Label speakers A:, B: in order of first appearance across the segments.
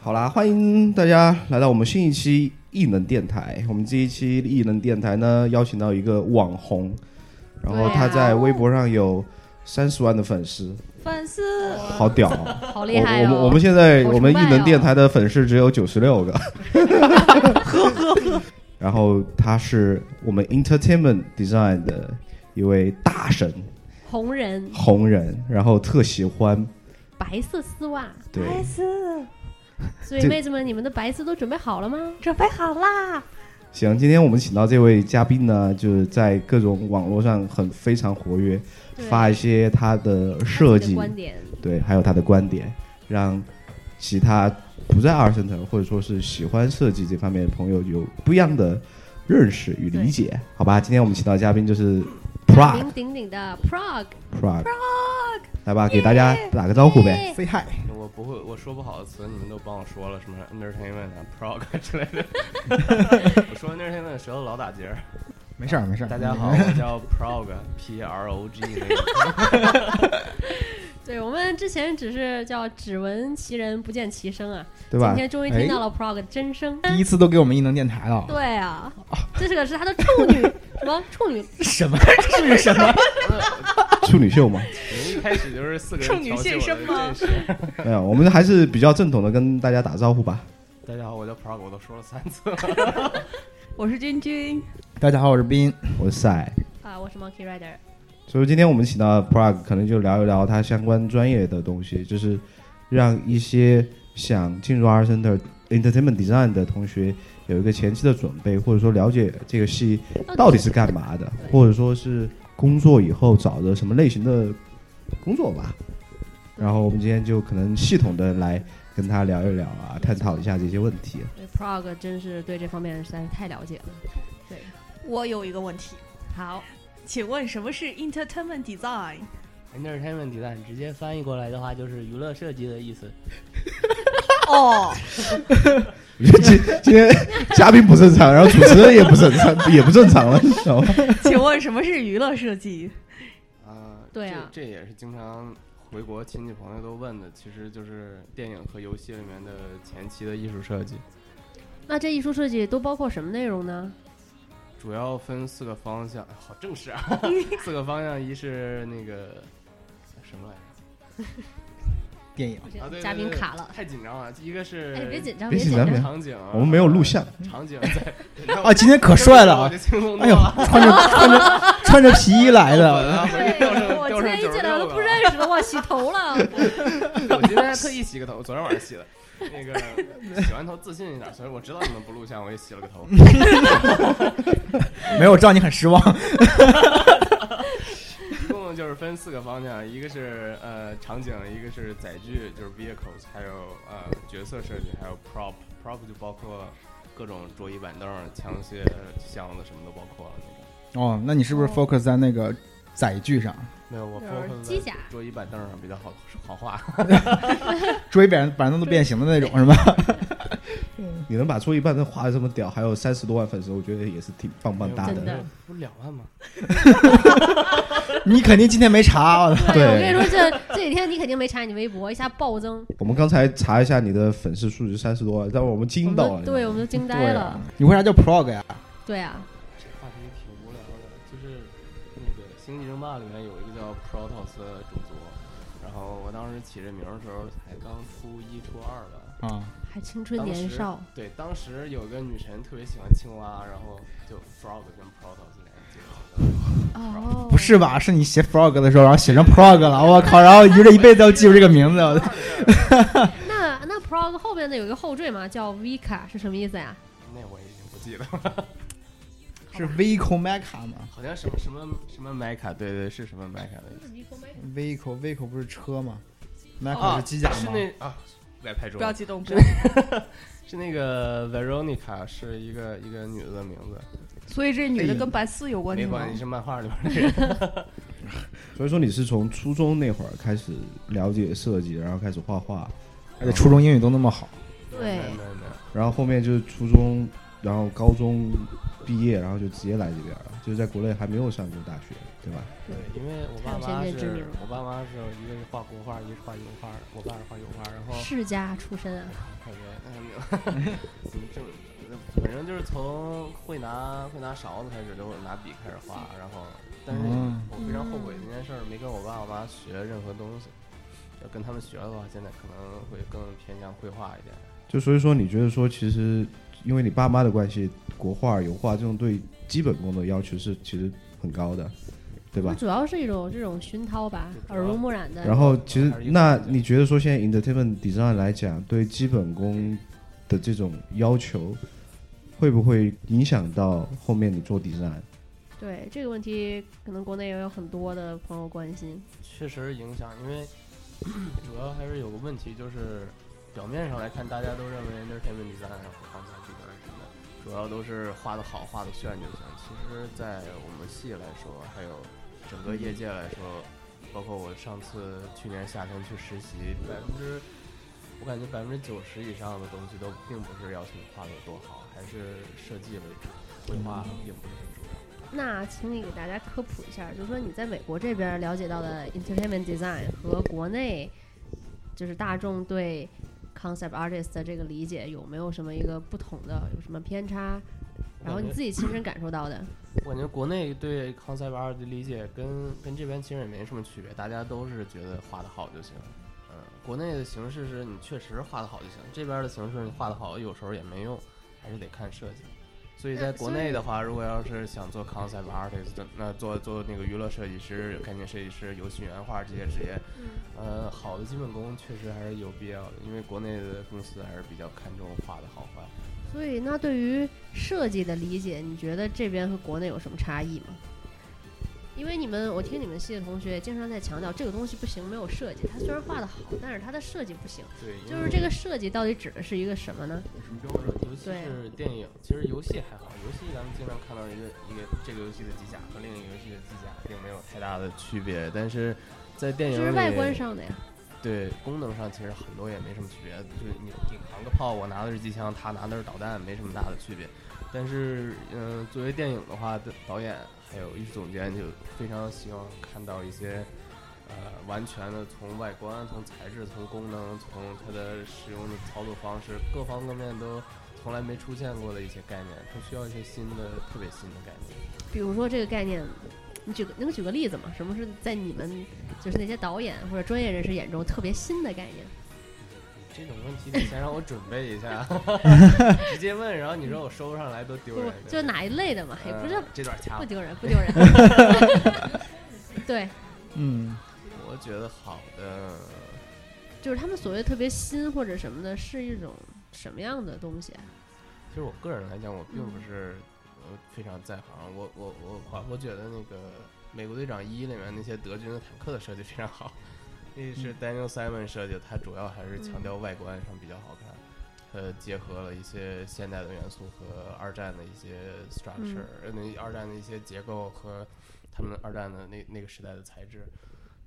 A: 好啦，欢迎大家来到我们新一期异能电台。我们这一期异能电台呢，邀请到一个网红，然后他在微博上有三十万的粉丝，
B: 粉丝
A: 好屌哦、
B: 好
A: 我
B: 厉害、哦、
A: 我们我们现在
B: 好
A: 我们异
B: 崇拜
A: 能
B: 哦
A: 电台的粉丝只有九十六个，
B: 哦
A: 然后他是我们 Entertainment Design 的一位大神
B: 红人
A: 红人，然后特喜欢
B: 白色丝袜，
A: 对
C: 白丝
B: 所以
A: 这
B: 妹子们，你们的白丝都准备好了吗？
C: 准备好啦，
A: 行，今天我们请到这位嘉宾呢，就是在各种网络上很非常活跃，
B: 对
A: 发一些他的设
B: 自己
A: 计
B: 的，观点，
A: 对，还有他的观点，让其他不在二线城或者说是喜欢设计这方面的朋友有不一样的认识与理解，好吧？今天我们请到的嘉宾就是
B: 大
A: Prague
B: 名鼎鼎的 Prague，
A: Prague，来吧，给大家打个招呼呗。
B: 耶
D: say hi，
E: 我不会，我说不好的词你们都帮我说了，什么 entertainment 啊、prog 之类 的。我说 entertainment 舌头老打结儿。嗯
D: 没事儿没事儿。
E: 大家好，我叫 prog，p r o g 那 个。
B: 对我们之前只是叫只闻其人不见其声啊，
A: 对吧哎
B: 今？天终于听到了 Prague 的真声。
D: 第一次都给我们异能电台了，
B: 对啊，这是个是他的处女什么处女
D: 什么？至于什么？
A: 处女秀嘛，
E: 你们一开始就是四个人
C: 处女现身吗
E: 调戏我的阵势
A: 没有，我们还是比较正统的跟大家打招呼吧。
E: 大家好，我叫 prog，我都说了三 次了。
C: 我是君君，
D: 大家好，我是斌。
A: 我是赛。
B: 啊，我是 Monkey Rider，
A: 所以今天我们请到 Prague，可能就聊一聊他相关专业的东西，就是让一些想进入 R Center Entertainment Design 的同学有一个前期的准备，或者说了解这个系 到
B: 哦
A: 底是干嘛的，或者说是工作以后找的什么类型的工作吧。然后我们今天就可能系统的来跟他聊一聊啊，探讨一下这些问题。
B: 对 Prague 真是对这方面实在是太了解了。
C: 我有一个问题，
B: 好，
C: 请问什么是 entertainment design？
E: entertainment design 直接翻译过来的话就是娱乐设计的意思。
C: 哦，
A: 我觉得今今天嘉宾不正常，然后主持人也不正常，也 不正常了，你知道吗？
C: 请问什么是娱乐设 计？
E: 啊，
B: 对啊
E: 这，这也是经常回国亲戚朋友都问的，其实就是电影和游戏里面的前期的艺术设计。
B: 那这艺术设计都包括什么内容呢？
E: 主要分四个方向，哎好正式啊！四个方向，一是那个什么来着？
D: 电影
B: 不行
E: 啊对对
B: 嘉宾
E: 对
B: 卡了，
E: 太紧张了。一个是
B: 哎，别紧张，
A: 别
B: 紧
A: 紧张别
E: 场景，
A: 我们没有录像，
E: 场景在
D: 啊，今天可帅了
E: 我
D: 啊！
E: 就轻松多
D: 哎呦
E: 了。，
D: 穿着穿着穿着皮衣来的，
E: 啊回去 掉剩
B: 我
E: 掉
B: 今
E: 剩
B: 天一
E: 九
B: 进
E: 十
B: 来我都
E: 六个
B: 不
E: 了。
B: 认识了，哇，洗头了。
E: 我今天还特意洗个头，昨天晚上洗的。那个洗完头自信一点，所以我知道你们不录像，我也洗了个头。
D: 没有，我知道你很失望。
E: 一共就是分四个方向，一个是呃场景，一个是载具，就是 vehicles，还有呃角色设计，还有 prop。prop 就包括各种桌椅板凳、枪械、箱子什么都包括了那种。
D: 哦，那你是不是 focus 在那个载具上，
E: 没有，我
B: 就是
E: focus
B: 机
E: 在
B: 甲
E: 桌椅板凳上比较好好画。
D: 追板板凳都变形的那种是吧？
A: 你能把出一半都画的这么屌，还有三十多万粉丝，我觉得也是挺棒棒哒
B: 真的。
E: 不是两万吗？
D: 你肯定今天没查，我操
B: 对，哎我跟
A: 对，
B: 你说，这这几天你肯定没查你微博，一下暴增，
A: 我们刚才查一下你的粉丝数值三十多万，让我们
B: 我
A: 惊
B: 们
A: 到
B: 都
A: 了。
B: 对，我们都惊呆了。
D: 你为啥叫 prog 呀？
B: 对啊，
E: 这话题挺无聊的，就是那个《星际争霸》里面有一个叫 Protoss 的种族，然后我当时起这名儿的时候才刚初一、初二吧。
D: 啊，
B: 还青春年少，
E: 对，当时有个女神特别喜欢青蛙，然后就 frog 跟 protos 两个结合的。
B: 哦，
D: 不是吧？是你写 frog 的时候，然后写成 prog 了，我靠！然后于是一辈子都记住这个名字。我 操
B: 那那 prog 后面的有一个后缀嘛，叫 Vika 是什么意思呀？
E: 那我已经不记得了，
D: 是 vehicle mecha 吗
E: 好像什么什么什么 mecha，对对，是什么 mecha 的意思。
D: ？vehicle vehicle 不是车吗？mecha
E: 啊，
D: 是机甲
E: 是
D: 吗？
E: 那啊，来拍桌
C: 不要
E: 子。
C: 激动，
E: 是是那个 Veronica，是一个一个女的名字，
C: 所以这女的跟白丝有关系
E: 没
C: 吗
E: 关？系，是漫画里面 的人。
A: 所以说你是从初中那会儿开始了解设计，然后开始画画，
B: 哎
D: 而且初中英语都那么好，
B: 对
E: 没有没有没有
A: 然后后面就是初中，然后高中毕业，然后就直接来这边了，就是在国内还没有上过大学，对吧？
E: 对，因为我爸
B: 还有
E: 妈
B: 先见之明，
E: 是我爸妈是一个是画国画，一个是画油画，我爸是画油画，然后
B: 世家出身啊，
E: 感觉嗯明，怎么这么？反正就是从会拿会拿勺子开始，就拿笔开始画，然后，但是
D: 嗯
E: 我非常后悔这件事儿，没跟我爸我妈学任何东西。要跟他们学的话，现在可能会更偏向绘画一点。
A: 就所以说，你觉得说，其实因为你爸妈的关系，国画、油画这种对基本功的要求是其实很高的，对吧？
B: 主要是一种这种熏陶吧，
E: 主要
B: 耳濡目染的。
A: 然后其实
E: 还是一个
A: 那
E: 环境
A: 你觉得说，现在 entertainment design 来讲，对基本功的这种要求，会不会影响到后面你做 design？
B: 对这个问题，可能国内也有很多的朋友关心。
E: 确实影响，因为主要还是有个问题，就是表面上来看，大家都认为 entertainment design 啊和画家这个什么，主要都是画的好、画的炫就行。其实，在我们系来说，还有整个业界来说，包括我上次去年夏天去实习，百分之我感觉百分之九十以上的东西都并不是要求你画的有多好，还是设计为主，绘画并不是很重要。
B: 那请你给大家科普一下，就是说你在美国这边了解到的 entertainment design 和国内就是大众对 concept artist 的这个理解有没有什么一个不同的，有什么偏差？然后你自己亲身感受到的，
E: 我感觉国内对 concept art 的理解跟跟这边其实也没什么区别，大家都是觉得画的好就行。嗯，国内的形式是你确实画的好就行，这边的形式你画的好有时候也没用，还是得看设计。所以
B: 那
E: 在国
B: 所以
E: 内的话，如果要是想做 concept artist，那做做那个娱乐设计师、概念设计师、游戏原画这些职业，
B: 嗯
E: 呃，好的基本功确实还是有必要的，因为国内的公司还是比较看重画的好坏。
B: 所以那对于设计的理解，你觉得这边和国内有什么差异吗？因为你们，我听你们系的同学经常在强调，这个东西不行，没有设计。它虽然画的好，但是它的设计不行。
E: 对，因
B: 就是
E: 为
B: 这个设计到底指的是一个什么呢？
E: 有什么标准？尤其
B: 对
E: 是电影，其实游戏还好，游戏咱们经常看到一个一个这个游戏的机甲和另一个游戏的机甲并没有太大的区别，但是在电
B: 就
E: 影
B: 是
E: 里
B: 外观上的呀。
E: 对功能上其实很多也没什么区别，就是你你扛个炮，我拿的是机枪，他拿的是导弹，没什么大的区别。但是，嗯、作为电影的话，导演还有艺术总监就非常希望看到一些，呃，完全的从外观、从材质、从功能、从它的使用的操作方式各方各面都从来没出现过的一些概念，它需要一些新的、特别新的概念。
B: 比如说这个概念，你举个能举个例子吗？什么是在你们就是那些导演或者专业人士眼中特别新的概念？
E: 这种问题得先让我准备一 下，直接问，然后你说我收不上来多丢人。
B: 就哪一类的嘛，也不是
E: 呃这段掐
B: 不
E: 了。
B: 丢人，不丢人。对，
D: 嗯，
E: 我觉得好的，
B: 就是他们所谓特别新或者什么的，是一种什么样的东西啊？
E: 其实我个人来讲，我并不
B: 嗯
E: 是呃非常在行。我我我我我觉得那个《美国队长一》里面那些德军的坦克的设计非常好，那
B: 嗯
E: 是 Daniel Simon 设计的，它主要还是强调外观上比较好看。呃，结合了一些现代的元素和二战的一些 structure，、呃，
B: 嗯
E: 那二战的一些结构和他们二战的那那个时代的材质。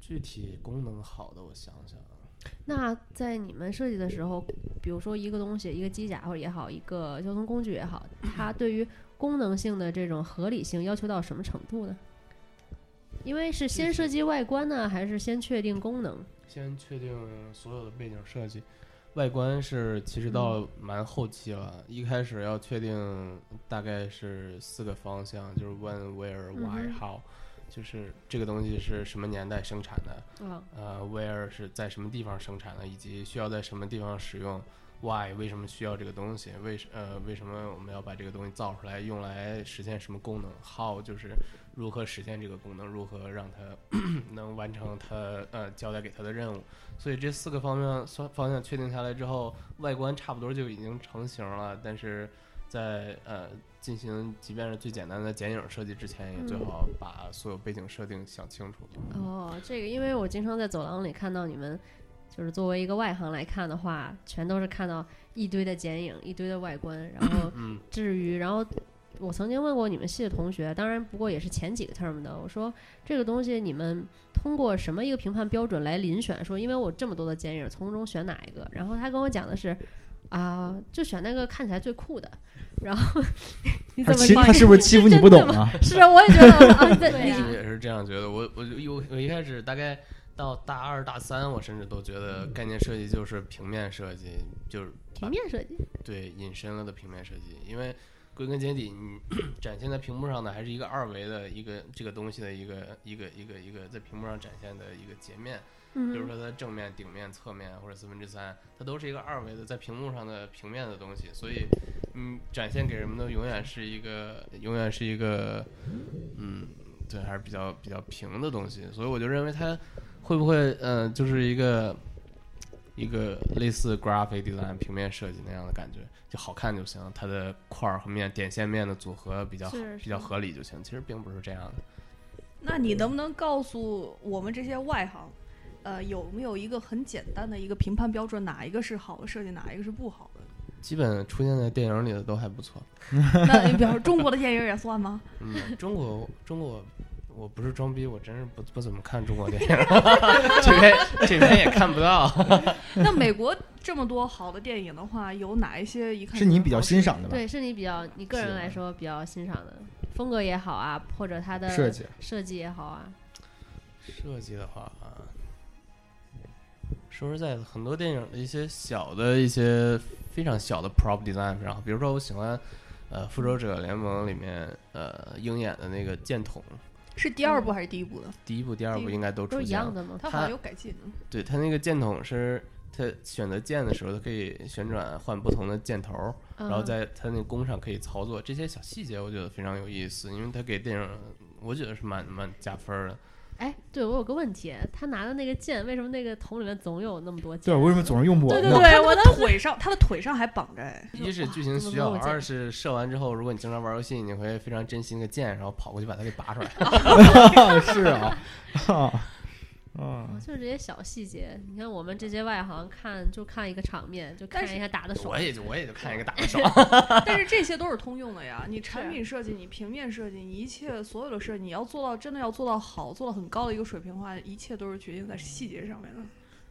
E: 具体功能好的，我想想啊，
B: 那在你们设计的时候，比如说一个东西，一个机甲或者也好，一个交通工具也好，它对于功能性的这种合理性要求到什么程度呢？因为是先设计外观呢，还是先确定功能？
E: 先确定所有的背景设计，外观是其实
B: 嗯
E: 到蛮后期了，一开始要确定大概是四个方向，就是 when、where、why、
B: 嗯哼
E: how，就是这个东西是什么年代生产的，
B: 啊，
E: 呃，where 是在什么地方生产的，以及需要在什么地方使用，why 为什么需要这个东西，为什呃为什么我们要把这个东西造出来，用来实现什么功能，how 就是如何实现这个功能，如何让它 能完成它呃交代给它的任务。所以这四个方面方方向确定下来之后，外观差不多就已经成型了，但是。在呃进行，即便是最简单的剪影设计之前，也最
B: 嗯
E: 好把所有背景设定想清楚。
B: 哦，这个因为我经常在走廊里看到你们，就是作为一个外行来看的话，全都是看到一堆的剪影，一堆的外观，然后
E: 嗯，
B: 至于，然后我曾经问过你们系的同学，当然不过也是前几个 term 的，我说这个东西你们通过什么一个评判标准来遴选？说因为我这么多的剪影，从中选哪一个？然后他跟我讲的是。啊、就选那个看起来最酷的，然后你
D: 他
B: 怎么
D: 欺啊他是不是欺负你不懂
B: 真的
D: 啊？
B: 是，我也觉得啊，对，
C: 对
B: 你
C: 呀
E: 也是这样觉得。我我就我我一开始大概到大二大三，我甚至都觉得概念设计就是平面设计，就是
B: 平面设计，
E: 对隐身了的平面设计，因为归根结底，你 展现在屏幕上的还是一个二维的一个这个东西的一个一个一个一个在屏幕上展现的一个截面，比如
B: 嗯，
E: 说它正面、顶面、侧面或者四分之三，它都是一个二维的在屏幕上的平面的东西，所以嗯，展现给人们的永远是一个永远是一个嗯，对，还是比较比较平的东西，所以我就认为它会不会嗯、呃就是一个。一个类似 graphic design 平面设计那样的感觉，就好看就行，它的块儿和面点线面的组合比较好
B: 是
E: 比较
B: 是
E: 合理就行。其实并不是这样的，
C: 那你能不能告诉我们这些外行，呃，有没有一个很简单的一个评判标准，哪一个是好的设计，哪一个是不好的？
E: 基本出现在电影里的都还不错。
C: 那你比方说中国的电影也算吗？
E: 嗯，中 国中国，我不是装逼，我真是不不怎么看中国 电影，这边这边也看不到。
C: 那美国这么多好的电影的话，有哪一些一看
D: 是你
C: 就是
D: 比较
C: 好
D: 欣赏的吧？
B: 对，是你比较你个人来说比较欣赏的风格也好啊，或者它的
D: 设计
B: 设计也好啊，
E: 设计的话啊，说实在的，很多电影的一些小的一些非常小的 prop design，然后比如说我喜欢。呃，复仇者联盟里面，呃，鹰眼的那个箭筒，
C: 是第二部还是第一部的？
E: 第一部、第二部应该都
B: 都
E: 出
B: 是一
E: 现了
B: 样。的吗？
C: 它好像有改进。
E: 对它那个箭筒是，它选择箭的时候，它可以旋转换不同的箭头，
B: 嗯、
E: 然后在它那工上可以操作这些小细节，我觉得非常有意思，因为它给电影，我觉得是蛮蛮加分儿的。
B: 哎，对我有个问题，他拿的那个剑，为什么那个桶里面总有那么多剑？
E: 啊
B: 啊
D: 对，为什么总是用我？
B: 对对
D: 我
B: 对
C: 看他的腿上，他的腿上还绑着哎，
E: 一是剧情需要，二是射完之后，如果你经常玩游戏，你会非常珍惜那个剑，然后跑过去把它给拔出来。
D: 是啊，啊，
B: 哦
D: 嗯，
B: 就是这些小细节。你看我们这些外行看，就看一个场面，就看
C: 但是
B: 一下打的爽
E: 我。也就我也就看一个打的爽。
C: 但是这些都是通用的呀。你
B: 是
C: 产品设计，你平面设计，你一切所有的设计，你要做到真的要做到好，做到很高的一个水平的话，一切都是决定在细节上面的。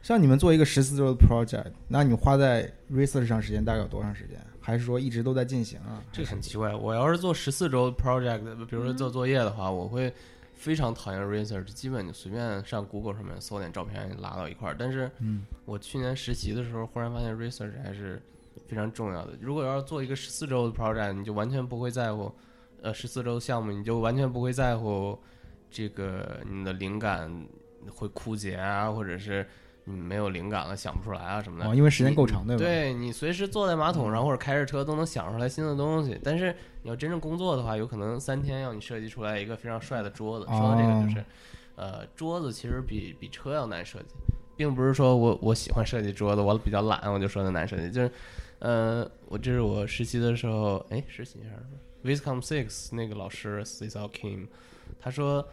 D: 像你们做一个十四周的 project，那你花在 research 上时间大概有多长时间？还是说一直都在进行啊？
E: 这个很奇怪，我要是做十四周 project，比如说
D: 嗯
E: 做作业的话，我会非常讨厌 research，基本就随便上 Google 上面搜点照片拉到一块儿。但是
D: 嗯，
E: 我去年实习的时候，忽然发现 research 还是非常重要的。如果要是做一个十四周的 project，你就完全不会在乎，呃，十四周项目你就完全不会在乎这个你的灵感会枯竭啊，或者是你没有灵感了想不出来啊什么的
D: 哦，。因为时间够长，对吧？
E: 对你随时坐在马桶上或者开着车都能想出来新的东西，但是你要真正工作的话，有可能三天要你设计出来一个非常帅的桌子。说到这个就是，
D: 哦
E: 呃，桌子其实比比车要难设计，并不是说我我喜欢设计桌子，我比较懒，我就说它难设计。就是，呃，我这是我实习的时候，哎，实习还是 Viscom Six 那个老师 s i s a l Kim，他说。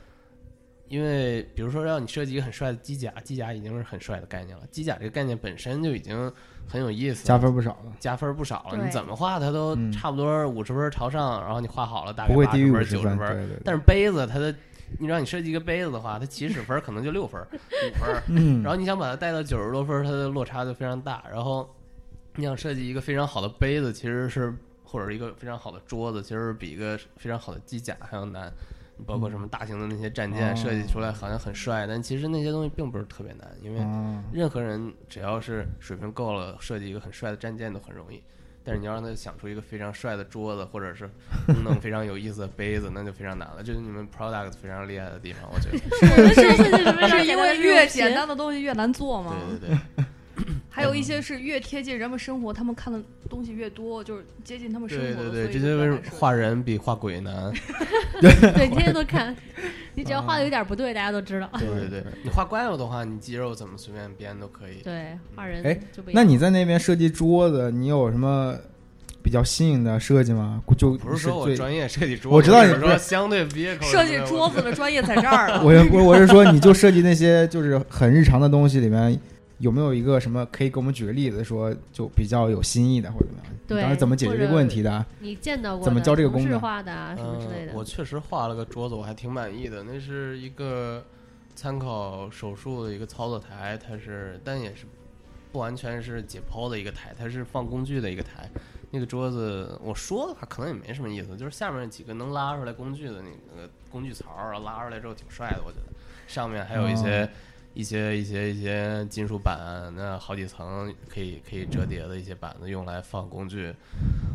E: 因为比如说让你设计一个很帅的机甲，机甲已经是很帅的概念了。机甲这个概念本身就已经很有意思了，
D: 加分不少了。
E: 加分不少了。
B: 对
E: 你怎么画它都
D: 嗯
E: 差不多五十分朝上，然后你画好了大概
D: 不会
E: 八
D: 低于
E: 十
D: 五
E: 分、
D: 十
E: 九十
D: 分，
E: 分。
D: 对对对。
E: 但是杯子它的，你让你设计一个杯子的话，它起始分可能就六分、五分，
D: 嗯，
E: 然后你想把它带到九十多分，它的落差就非常大。然后你想设计一个非常好的杯子，其实是或者一个非常好的桌子，其实是比一个非常好的机甲还要难。包括什么大型的那些战舰
D: 哦
E: 设计出来好像很帅，但其实那些东西并不是特别难，因为
D: 啊，
E: 任何人只要是水平够了，设计一个很帅的战舰都很容易。但是你要让他想出一个非常帅的桌子，或者是弄非常有意思的杯子，那就非常难了。这是你们 product 非常厉害的地方，我觉得。
B: 我们是不是 就是为了
C: 是因
B: 给它
C: 为越
B: 用
C: 简
B: 心
C: 单的东西越难做吗？
E: 对对嗯对，
C: 还有一些是越贴近人们生活，他们看的东西越多，就是接近他们生活
E: 对
C: 的。
E: 对对，
C: 所
E: 这
C: 以
E: 就
C: 比较
E: 是
C: 难设计
E: 画人比画 鬼难。
B: 对，天天都 看，你只要画的有点不对，大家都知道。
E: 对对对，你画怪物的话，你肌肉怎么随便编都可以。
B: 对，画人
D: 哎
B: 就不一样
D: 那你在那边设计桌子，你有什么比较新颖的设计吗？就
E: 不是说我
D: 最
E: 专业设计桌子，
D: 我知道你
E: 只是
D: 不
E: 说
D: 是
E: 相对毕业口
C: 设计桌子的专业在这儿了。
D: 我也不是，我是说，你就设计那些就是很日常的东西里面，有没有一个什么可以给我们举个例子，说就比较有新意的或者怎么样？
B: 对
D: 你当时怎么解决这个问题的啊？
B: 你见到过
D: 怎么
B: 的
D: 教这个
B: 同
D: 功
B: 事
D: 能
B: 画的啊什么之类的
E: 嗯。我确实画了个桌子，我还挺满意的。那是一个参考手术的一个操作台，它是但也是不完全是解剖的一个台，它是放工具的一个台。那个桌子我说的话可能也没什么意思，就是下面几个能
B: 哦
E: 拉出来工具的那个工具槽儿，然后拉出来之后挺帅的，我觉得。上面还有一些一些一些一些金属板，那好几层可以可以折叠的一些板子，用来放工具。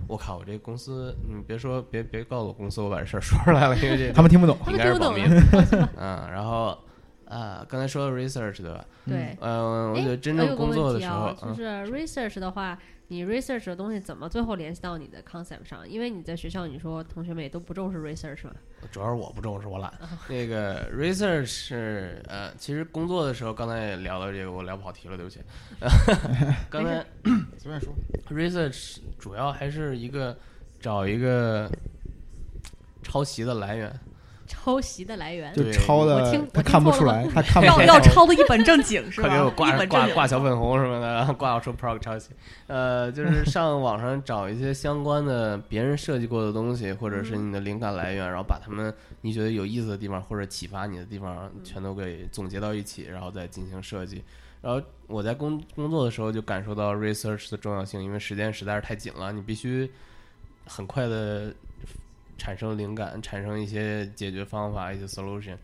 E: 我靠，我这公司，你别说，别别告诉我公司，我把这事儿说出来了，因为这
D: 他们听不懂。
B: 他
E: 应
B: 们
E: 该
B: 听
E: 是
B: 不
E: 保
B: 懂啊
E: 密
B: 了。
E: 嗯，然后啊，刚才说到 research 对吧？
B: 对，
E: 嗯，我
B: 哎
E: 觉得真
B: 我
E: 正
B: 有个
E: 工作
B: 问
E: 的
B: 题
E: 时
B: 啊，
E: 候，嗯
B: 就是 research 的话，你 research 的东西怎么最后联系到你的 concept 上？因为你在学校，你说同学们也都不重视 research 嘛。
E: 嗯主要是我不重视，我懒。
B: 啊
E: 那个 research 是呃，其实工作的时候，刚才也聊到这个，我聊跑题了，对不 起。 刚才
B: 哎
D: 随便说，
E: research 主要还是一个找一个抄袭的来源，
B: 抄袭的来源，
D: 就
E: 对
D: 抄
B: 我
D: 的
B: 听
D: 他看不 出来，他看不出
C: 要
D: 来。
C: 要抄的一本正 经是吧？
E: 快给我挂
C: 一本正
E: 挂
C: 经
E: 挂小粉红什么的，然后挂我说 prog 抄袭，呃，就是上网上找一些相关的别人设计过的东西，或者是
C: 嗯
E: 你的灵感来源，然后把他们你觉得有意思的地方或者启发你的地方，
C: 嗯
E: 全都给总结到一起，然后再进行设计。然后我在工工作的时候就感受到 research 的重要性，因为时间实在是太紧了，你必须很快的产生灵感，产生一些解决方法，一些 solution。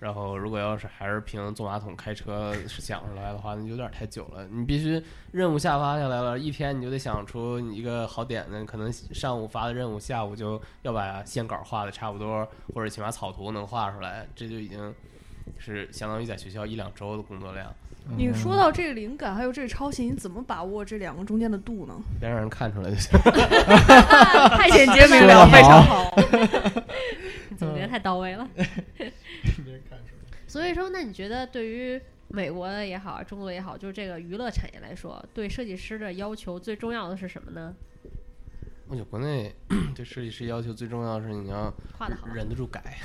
E: 然后，如果要是还是凭坐马桶开车想出来的话，那有点太久了。你必须任务下发下来了，一天你就得想出一个好点子。可能上午发的任务，下午就要把线稿画的差不多，或者起码草图能画出来，这就已经是相当于在学校一两周的工作量。
C: 你
E: 嗯
C: 说到这个灵感，还有这个抄袭，你怎么把握这两个中间的度呢？
E: 别让人看出来就行。
C: 太 简洁明
D: 说
C: 了，
D: 得
C: 非常
D: 好
C: 好。
B: 你总结太到位了。
E: 嗯
B: 所以说，那你觉得对于美国也好，中国也好，就是这个娱乐产业来说，对设计师的要求最重要的是什么呢？
E: 我觉得国内 对设计师要求最重要的是你要
B: 画的好。
E: 忍得住改。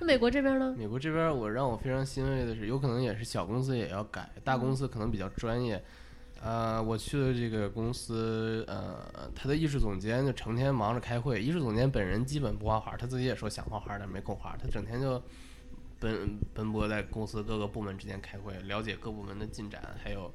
B: 那美国这边呢？
E: 美国这边，我让我非常欣慰的是，有可能也是小公司也要改，大公司可能比较专业。呃，我去的这个公司，呃，他的艺术总监就成天忙着开会，艺术总监本人基本不画画，他自己也说想画画，但没空画，他整天就奔奔波在公司各个部门之间开会，了解各部门的进展，还有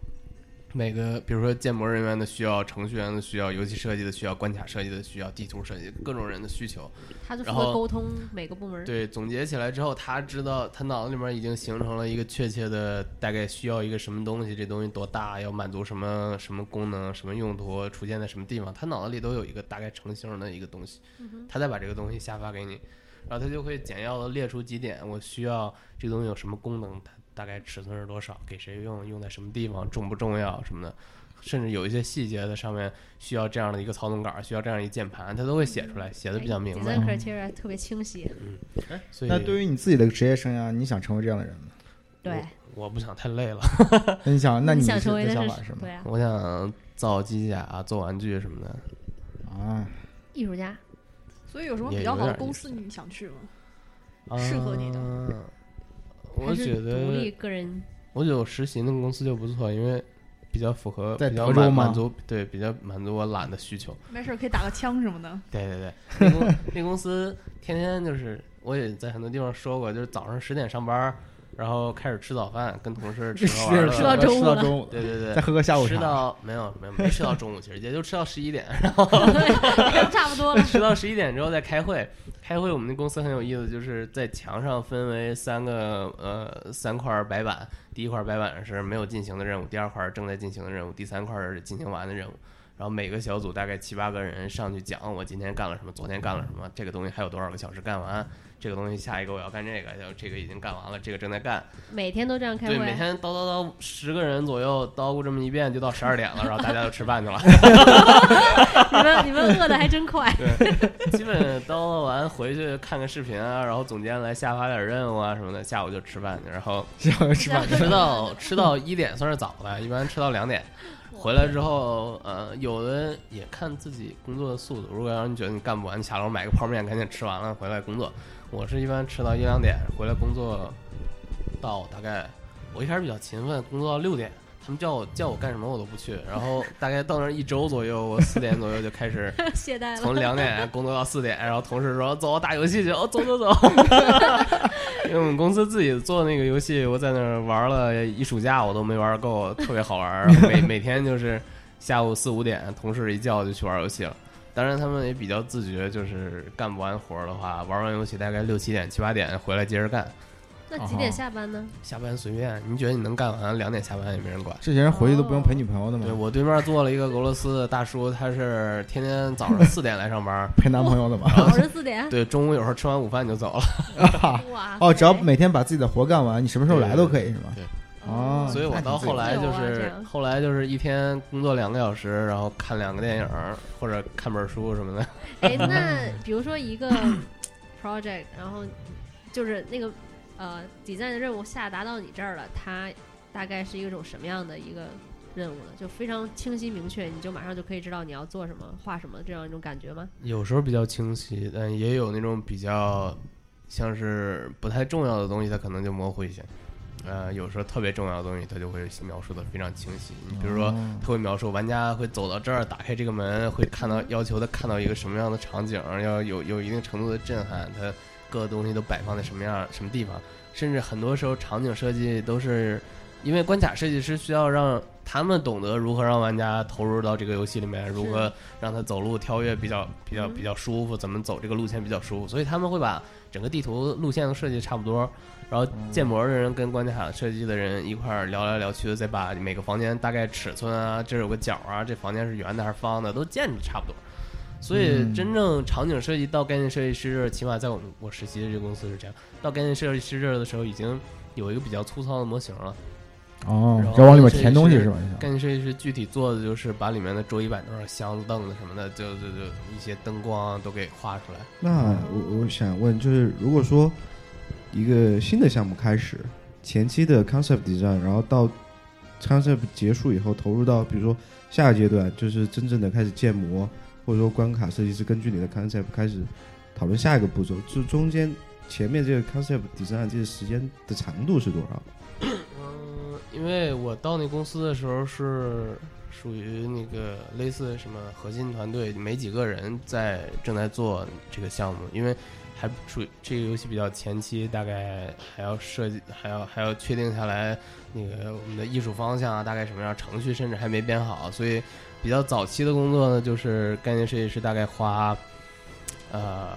E: 每个比如说建模人员的需要、程序员的需要、游戏设计的需要、关卡设计的需要、地图设计各种人的需求，
B: 他就负
E: 然后
B: 责沟通每个部门。
E: 对，总结起来之后，他知道他脑子里面已经形成了一个确切的大概需要一个什么东西，这东西多大，要满足什么什么功能、什么用途，出现在什么地方，他脑子里都有一个大概成型的一个东西，他再把这个东西下发给你，然后他就会简要的列出几点，我需要这个东西有什么功能，它大概尺寸是多少，给谁用，用在什么地方，重不重要什么的。甚至有一些细节的上面需要这样的一个操纵杆，需要这样一键盘，他都会写出来，写的比较
B: 哎
E: 明白。嗯
B: design criteria 特别清晰。
E: 所以
D: 那对于你自己的职业生涯，你想成为这样的人吗？
B: 对，
E: 我不想太累了，
D: 那你想，啊那
B: 你
D: 你
B: 想
D: 是
B: 成为
D: 的
B: 的
D: 想
B: 是
D: 法是什么？
B: 对啊，
E: 我想造机甲、啊做玩具什么的。
D: 啊，
B: 艺术家。
C: 所以有什么
E: 也
C: 比较
E: 有
C: 好的
E: 点意
C: 公
E: 思
C: 司你想去吗？适合你的
E: 嗯
B: 还
E: 我
B: 是
E: 觉
B: 独立
E: 得，
B: 个人，
E: 我觉得我实习那个公司就不错，因为比较符合，
D: 在
E: 比较
D: 德州
E: 满
D: 吗
E: 满足，对，比较满足我懒的需求。
C: 没事儿可以打个枪什么的。
E: 对对对， 那公那公司天天就是，我也在很多地方说过，就是早上十点上班，然后开始吃早饭，跟同事 吃喝 玩乐，
D: 吃
B: 到中午
D: 到
B: 了
D: 中午，
E: 对对对，
D: 再喝个下午
E: 吃
D: 茶。
E: 到没有没有没吃到中午，其实也就吃到十一点，
B: 差不 多了。
E: 吃到十一点之后再开会。开会我们那公司很有意思，就是在墙上分为三个呃三块白板，第一块白板是没有进行的任务，第二块正在进行的任务，第三块是进行完的任务。然后每个小组大概七八个人上去讲我今天干了什么，昨天干了什么，这个东西还有多少个小时干完，这个东西下一个我要干这个，就这个已经干完了，这个正在干，
B: 每天都这样开
E: 对，每
B: 会，啊
E: 天叨叨叨十个人左右叨咕这么一遍，就到十二点了，然后大家就吃饭去了。
B: 你们你们饿的还真快。
E: 基本叨叨完回去看个视频啊，然后总监来下发点任务啊什么的，下午就吃饭去，然后
D: 下午 吃 饭，
E: 啊吃到吃到一点算是早的，一般吃到两点。回来之后，呃，有的也看自己工作的速度。如果要是你觉得你干不完，你下楼买个泡面，赶紧吃完了回来工作。我是一般吃到一两点，回来工作到大概我一开始比较勤奋，工作到六点。他们叫我叫我干什么我都不去，然后大概到那儿一周左右，我四点左右就开始
B: 懈怠了。
E: 从两点工作到四点，然后同事说走打游戏去，哦走走走，因为我们公司自己做那个游戏，我在那儿玩了一暑假，我都没玩够，特别好玩儿。每每天就是下午四五点，同事一叫就去玩游戏了。当然，他们也比较自觉，就是干不完活儿的话，玩完游戏大概六七点、七八点回来接着干。
B: 那几点下班呢？
D: 哦
E: 下班随便，你觉得你能干完，两点下班也没人管。
D: 这些人回去都不用陪女朋友的
E: 对
D: 吗？
E: 我对面坐了一个俄罗斯的大叔，他是天天早上四点来上班，
D: 陪男朋友的 吗？
B: 早上四点。
E: 对，中午有时候吃完午饭就走了，
B: 哇塞
D: 哦，
B: 嗯
D: 只要每天把自己的活干完，你什么时候来都可以是吗？哦
E: 所以我到后来就
B: 那你自己有啊这
E: 是
B: 样
E: 后来就是一天工作两个小时，然后看两个电影儿或者看本儿书什么的。
B: 哎，那比如说 一个 project，然后就是那个呃 design 的任务下达到你这儿了，它大概是一种什么样的一个任务呢？就非常清晰明确，你就马上就可以知道你要做什么、画什么这样一种感觉吗？
E: 有时候比较清晰，但也有那种比较像是不太重要的东西，它可能就模糊一些。呃，有时候特别重要的东西，它就会描述的非常清晰。你比如说，
D: 哦
E: 它会描述玩家会走到这儿，打开这个门，会看到要求他看到一个什么样的场景，要有有一定程度的震撼，它各个东西都摆放在什么样什么地方，甚至很多时候场景设计都是因为关卡设计师需要让他们懂得如何让玩家投入到这个游戏里面，如何让他走路跳跃比较比较
B: 嗯
E: 比较舒服，怎么走这个路线比较舒服，所以他们会把整个地图路线都设计得差不多，然后建模的人跟关卡设计的人一块儿聊来聊去的，再把每个房间大概尺寸啊，这儿有个角啊，这房间是圆的还是方的，都建的差不多。所以，
D: 嗯
E: 真正场景设计到概念设计师这儿，起码在我们我实习的这个公司是这样，到概念设计师这儿的时候，已经有一个比较粗糙的模型了。
D: 哦，
E: 然后
D: 要往里面填东西是吧？你想
E: 概念设计师具体做的就是把里面的桌椅板凳、箱子、凳子什么的，就就就一些灯光啊都给画出来。
A: 那我我想问，就是如果说一个新的项目开始，前期的 concept design，然后到 concept 结束以后，投入到比如说下个阶段，就是真正的开始建模，或者说关卡设计师根据你的 concept 开始讨论下一个步骤，就中间前面这个 concept design 这个时间的长度是多少？
E: 嗯，因为我到那公司的时候是属于那个类似什么核心团队，没几个人在正在做这个项目，因为还属于这个游戏比较前期，大概还要设计，还要还要确定下来那个我们的艺术方向啊，大概什么样，程序甚至还没编好，所以比较早期的工作呢，就是概念设计师大概花呃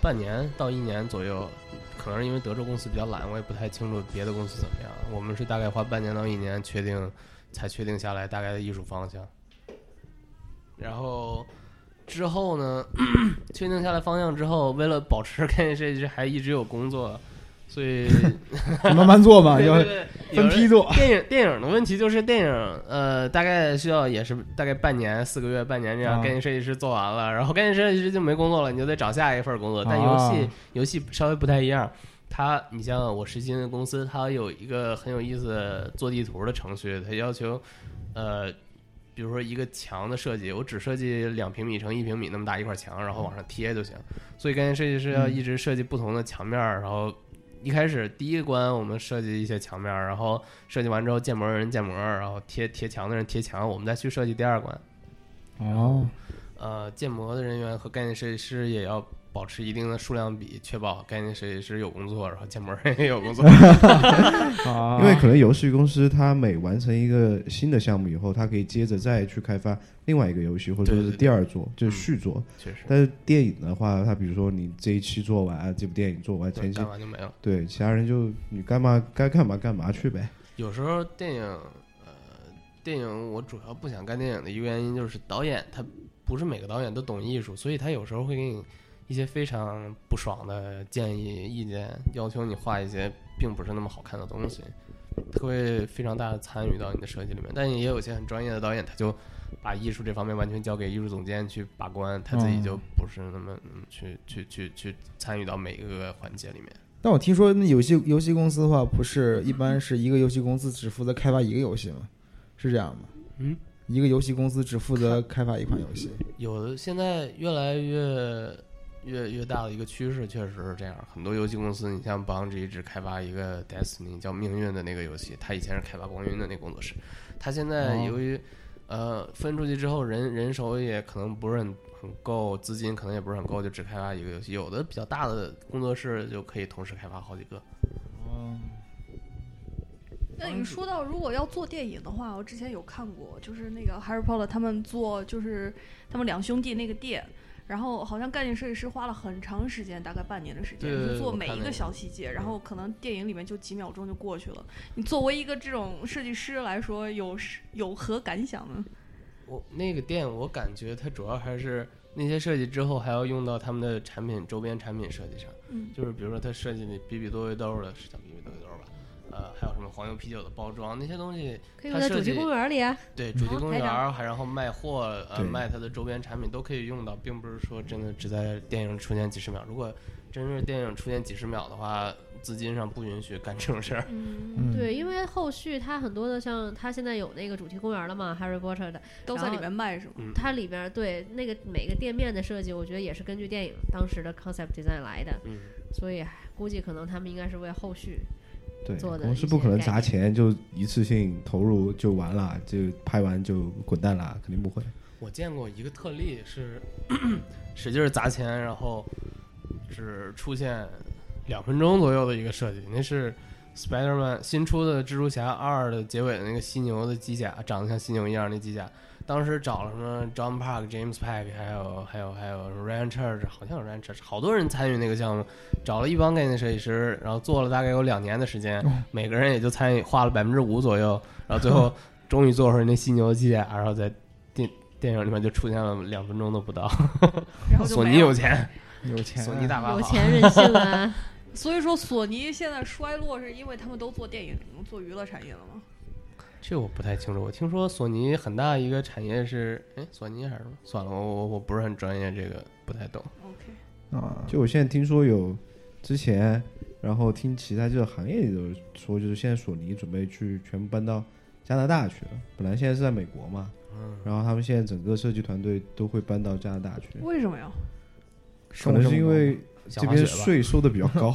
E: 半年到一年左右可能是因为德州公司比较懒，我也不太清楚别的公司怎么样。我们是大概花半年到一年确定，才确定下来大概的艺术方向。然后之后呢， 确定下来方向之后，为了保持概念设计师还一直有工作，所 以
D: 你慢慢做嘛，
E: 对
D: 啊要
E: 对对有
D: 分
E: 人
D: 批做。
E: 电影电影的问题就是电影，呃，大概需要也是大概半年、四个月、半年这样，
D: 啊
E: 概念设计师做完了，然后概念设计师就没工作了，你就得找下一份工作。但游
D: 啊
E: 戏、游戏稍微不太一样，它你像我实习那个公司，它有一个很有意思的做地图的程序，它要求，呃。比如说一个墙的设计，我只设计两平米乘一平米那么大一块墙，然后往上贴就行。所以概念设计师要一直设计不同的墙面儿，然后一开始第一关我们设计一些墙面儿，然后设计完之后建模的人建模，然后贴贴墙的人贴墙，我们再去设计第二关。
D: 哦，
E: 呃，建模的人员和概念设计师也要保持一定的数量比，确保概念设计师有工作，然后建模人也有 工作。
D: 啊
A: 因为可能游戏公司它每完成一个新的项目以后，它可以接着再去开发另外一个游戏，或者说
E: 对嗯
A: 是
E: 对对
A: 第二作，就是续作。
E: 确实，
A: 但是电影的话，它比如说你这一期做完这部电影做完，
E: 对
A: 前期
E: 干完就没了。
A: 对其他人就你干嘛该干嘛干嘛去呗。
E: 有时候电影，呃，电影我主要不想干电影的一个原因就是导演他不是每个导演都懂艺术，所以他有时候会给你一些非常不爽的建议、意见，要求你画一些并不是那么好看的东西，他会非常大的参与到你的设计里面。但也有些很专业的导演，他就把艺术这方面完全交给艺术总监去把关，他自己
D: 嗯
E: 就不是那么嗯去去去去参与到每一个环节里面。
D: 但我听说那游戏游戏公司的话，不是一般是一个游戏公司只负责开发一个游戏吗？是这样吗？
E: 嗯，
D: 一个游戏公司只负责开发一款游戏。
E: 有的现在越来越越越大的一个趋势，确实是这样。很多游戏公司，你像 Bungie 只开发一个 Destiny 叫命运的那个游戏，他以前是开发光晕的那工作室，他现在
D: 哦
E: 由于、呃分出去之后，人人手也可能不是很很够，资金可能也不是很够，就只开发一个游戏。有的比较大的工作室就可以同时开发好几个。
D: 哦，
C: 那你说到如果要做电影的话，我之前有看过，就是那个 Harry Potter 他们做，就是他们两兄弟那个店，然后好像概念设计师花了很长时间，大概半年的时间，
E: 对对对
C: 就做
E: 我
C: 每
E: 看
C: 一
E: 那
C: 个
E: 个
C: 小细节，然后可能电影里面就几秒钟就过去了。你作为一个这种设计师来说，有是有何感想呢？
E: 我那个店，我感觉它主要还是那些设计之后还要用到他们的产品周边产品设计上，
C: 嗯
E: 就是比如说它设计那比比多维兜的，是叫比比多维兜吧，呃，还有什么黄牛啤酒的包装那些东西，
B: 可以用
E: 它
B: 在
E: 设
B: 主题
E: 计
B: 公园里啊。
E: 对主题
B: 好
E: 公
B: 台
E: 园
B: 长
E: 儿，还然后卖货，呃，
A: 对
E: 卖它的周边产品都可以用到，并不是说真的只在电影出现几十秒。如果真是电影出现几十秒的话，资金上不允许干这种事儿。
C: 嗯，
D: 嗯，
B: 对，因为后续它很多的像它现在有那个主题公园了嘛，Harry Potter 的，
C: 都在
B: 然
C: 里
B: 后
C: 面卖 是吗？
E: 嗯，
B: 它里边儿对那个每个店面的设计，我觉得也是根据电影当时的 concept design 来的，
E: 嗯，
B: 所以估计可能他们应该是为后续
A: 对，
B: 做的
A: 公司
B: 一
A: 不
B: 些
A: 可能
B: 改
A: 砸
B: 变
A: 钱就一次性投入就完了，就拍完就滚蛋了，肯定不会。
E: 我见过一个特例是，使劲儿砸钱，然后只出现两分钟左右的一个设计，那是 Spider-Man 新出的蜘蛛侠二的结尾的那个犀牛的机甲，长得像犀牛一样那机甲。当时找了什么 John Park、James Pack，还有还有还有什么 Ryan Church，好像有 Ryan Church，好多人参与那个项目，找了一帮概念设计师，然后做了大概有两年的时间，每个人也就参与画了百分之五左右，然后最后终于做出来那犀牛机甲，然后在电电影里面就出现了两分钟都不到。
C: 然哦后就
E: 索
C: 没
E: 尼有
C: 了
E: 钱，
D: 有钱，啊
E: 索尼大把
B: 有
E: 好。
B: 钱任性啊。
C: 所以说索尼现在衰落是因为他们都做电影、做娱乐产业了吗？
E: 这我不太清楚，我听说索尼很大一个产业是，哎，索尼还是什么？算了，我我我不是很专业，这个不太懂。
C: OK，
D: 啊，
A: 就我现在听说有之前，然后听其他这个行业里头说，就是现在索尼准备去全部搬到加拿大去了。本来现在是在美国嘛，
E: 嗯，
A: 然后他们现在整个设计团队都会搬到加拿大去，
C: 为什么呀？
A: 可能是因为
E: 想
A: 这
E: 滑
A: 边
E: 雪吧
A: 税收的比较高，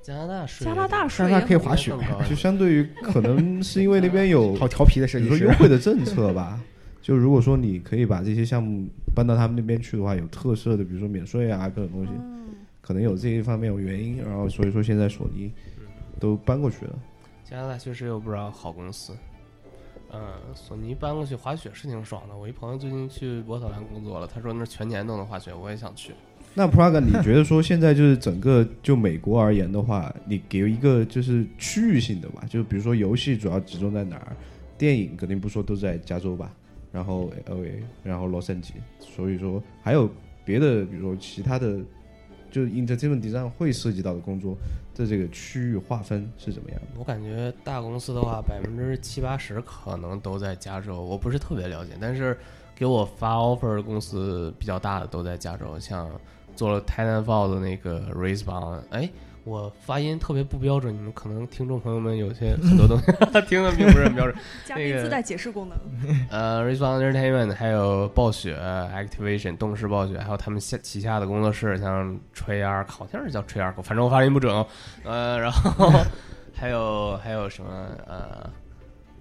E: 加拿大税，
C: 加拿大
D: 加
C: 水
D: 拿
C: 也
D: 大可以
C: 很
D: 滑雪
E: 应，该更高一
A: 就
E: 点
A: 相对于可能是因为那边有
D: 好调皮的设
A: 比
D: 计
A: 如说
D: 师
A: 优，惠的政策吧。就如果说你可以把这些项目搬到他们那边去的话，有特色的，比如说免税啊，各种东西，
C: 嗯
D: 嗯
A: 可能有这一方面有原因。然后所以说现在索尼都搬过去了。
E: 加拿大确实有不少好公司。嗯，索尼搬过去滑雪是挺爽的。我一朋友最近去波特兰工作了，他说那儿全年都能滑雪，我也想去。
A: 那 Praga，你觉得说现在就是整个就美国而言的话，你给一个就是区域性的吧，就比如说游戏主要集中在哪儿，电影肯定不说都在加州吧，然后 LA，然后洛杉矶，所以说还有别的，比如说其他的，就 entertainment design 会涉及到的工作，在这个区域划分是怎么样的？
E: 我感觉大公司的话，百分之七八十可能都在加州，我不是特别了解，但是给我发 offer 的公司比较大的都在加州，像做了 Titanfall 的那个 Respawn，哎，我发音特别不标准，你们可能听众朋友们有些很多东西 听的并不是很标准。
C: 加
E: 那
C: 密
E: 个
C: 自带解释功能。
E: 呃，Respawn Entertainment 还有暴雪 Activation 动视暴雪，还有他们下旗下的工作室，像 Treyarch，好像是叫 Treyarch，反正我发音不准哦。呃，然后还有还有什么呃，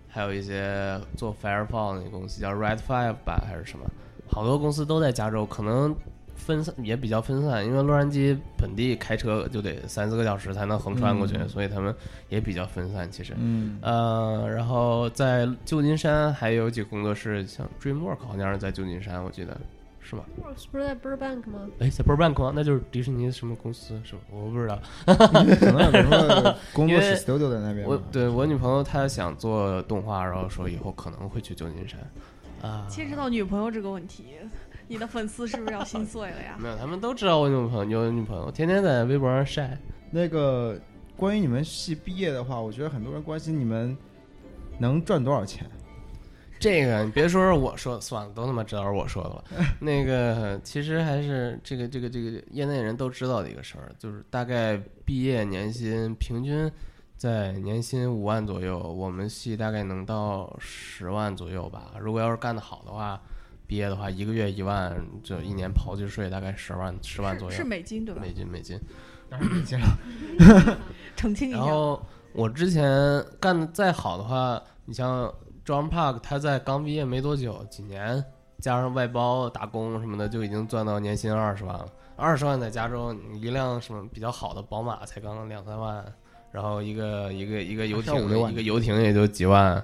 E: 还有一些做 Firefall 那公司叫 Red Five 吧，还是什么，好多公司都在加州，可能分散也比较分散，因为洛杉矶本地开车就得三四个小时才能横穿过去，
D: 嗯
E: 所以他们也比较分散，其实。
D: 嗯，
E: 呃，然后在旧金山还有几个工作室，像 DreamWork 好像是在旧金山，我记得是吗？
B: Works 不是在 Burbank 吗？
E: 哎，在 Burbank 吗那就是迪士尼什么公司是吗？我不知道。
D: 可能有什么工作
E: 因
D: 室
E: 为
D: studio 在那边吧，
E: 我对我女朋友她想做动画，然后说以后可能会去旧金山。啊，
C: 牵扯到女朋友这个问题，你的粉丝是不是要心碎了呀？
E: 没有，他们都知道我女朋友有女朋友，天天在微博上晒。
D: 那个关于你们系毕业的话，我觉得很多人关心你们能赚多少钱。
E: 这个你别说是我说的，算了，都他妈知道是我说的了。那个其实还是这个这个这个业内人都知道的一个事儿，就是大概毕业年薪平均在年薪五万左右，我们系大概能到十万左右吧。如果要是干得好的话，毕业的话一个月一万，就一年刨去税大概十万 十万左右
C: 是是美金对吧？
E: 美金美金。
D: 当然没见了，
C: 澄清一
E: 然
C: 下，
E: 后我之前干的再好的话，你像 John Park，他在刚毕业没多久，几年加上外包打工什么的，就已经赚到年薪二十万了。二十万在加州，你一辆什么比较好的宝马才刚两三万，然后一个一个一个游
D: 上五六
E: 艇，
D: 万
E: 一个游艇也就几万，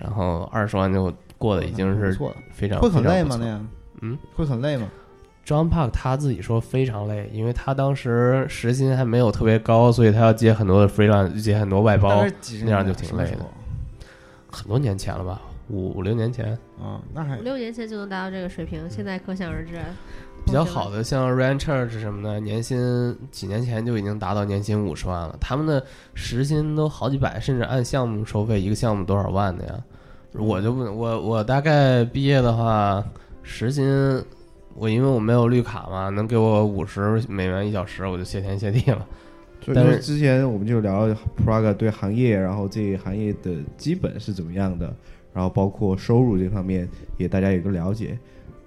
E: 然后二十万就过得已经
D: 嗯不
E: 是
D: 错了，
E: 非常
D: 会很累
E: 非常不
D: 吗？
E: 错
D: 那样，
E: 嗯，
D: 会很累吗？
E: John Park 他自己说非常累，因为他当时时薪还没有特别高，所以他要接很多的 freelance，接很多外包
D: 大概，几十
E: 那样
D: 年
E: 就
D: 代
E: 挺
D: 什么
E: 累
D: 时
E: 的
D: 候
E: 很多年前了吧，五五六年前。
D: 啊，那还
B: 五六年前就能达到这个水平，现在可想而知。
E: 嗯比较
B: 我觉得
E: 好的像 Ryan Church 什么的，年薪几年前就已经达到年薪五十万了，他们的时薪都好几百，甚至按项目收费，一个项目多少万的呀？我就不能，我我大概毕业的话，时薪我因为我没有绿卡嘛，能给我五十美元一小时，我就谢天谢地了。
A: 所以
E: 但
A: 说
E: 是
A: 之前我们就聊了 Praga 对行业，然后这行业的基本是怎么样的，然后包括收入这方面也大家有个了解。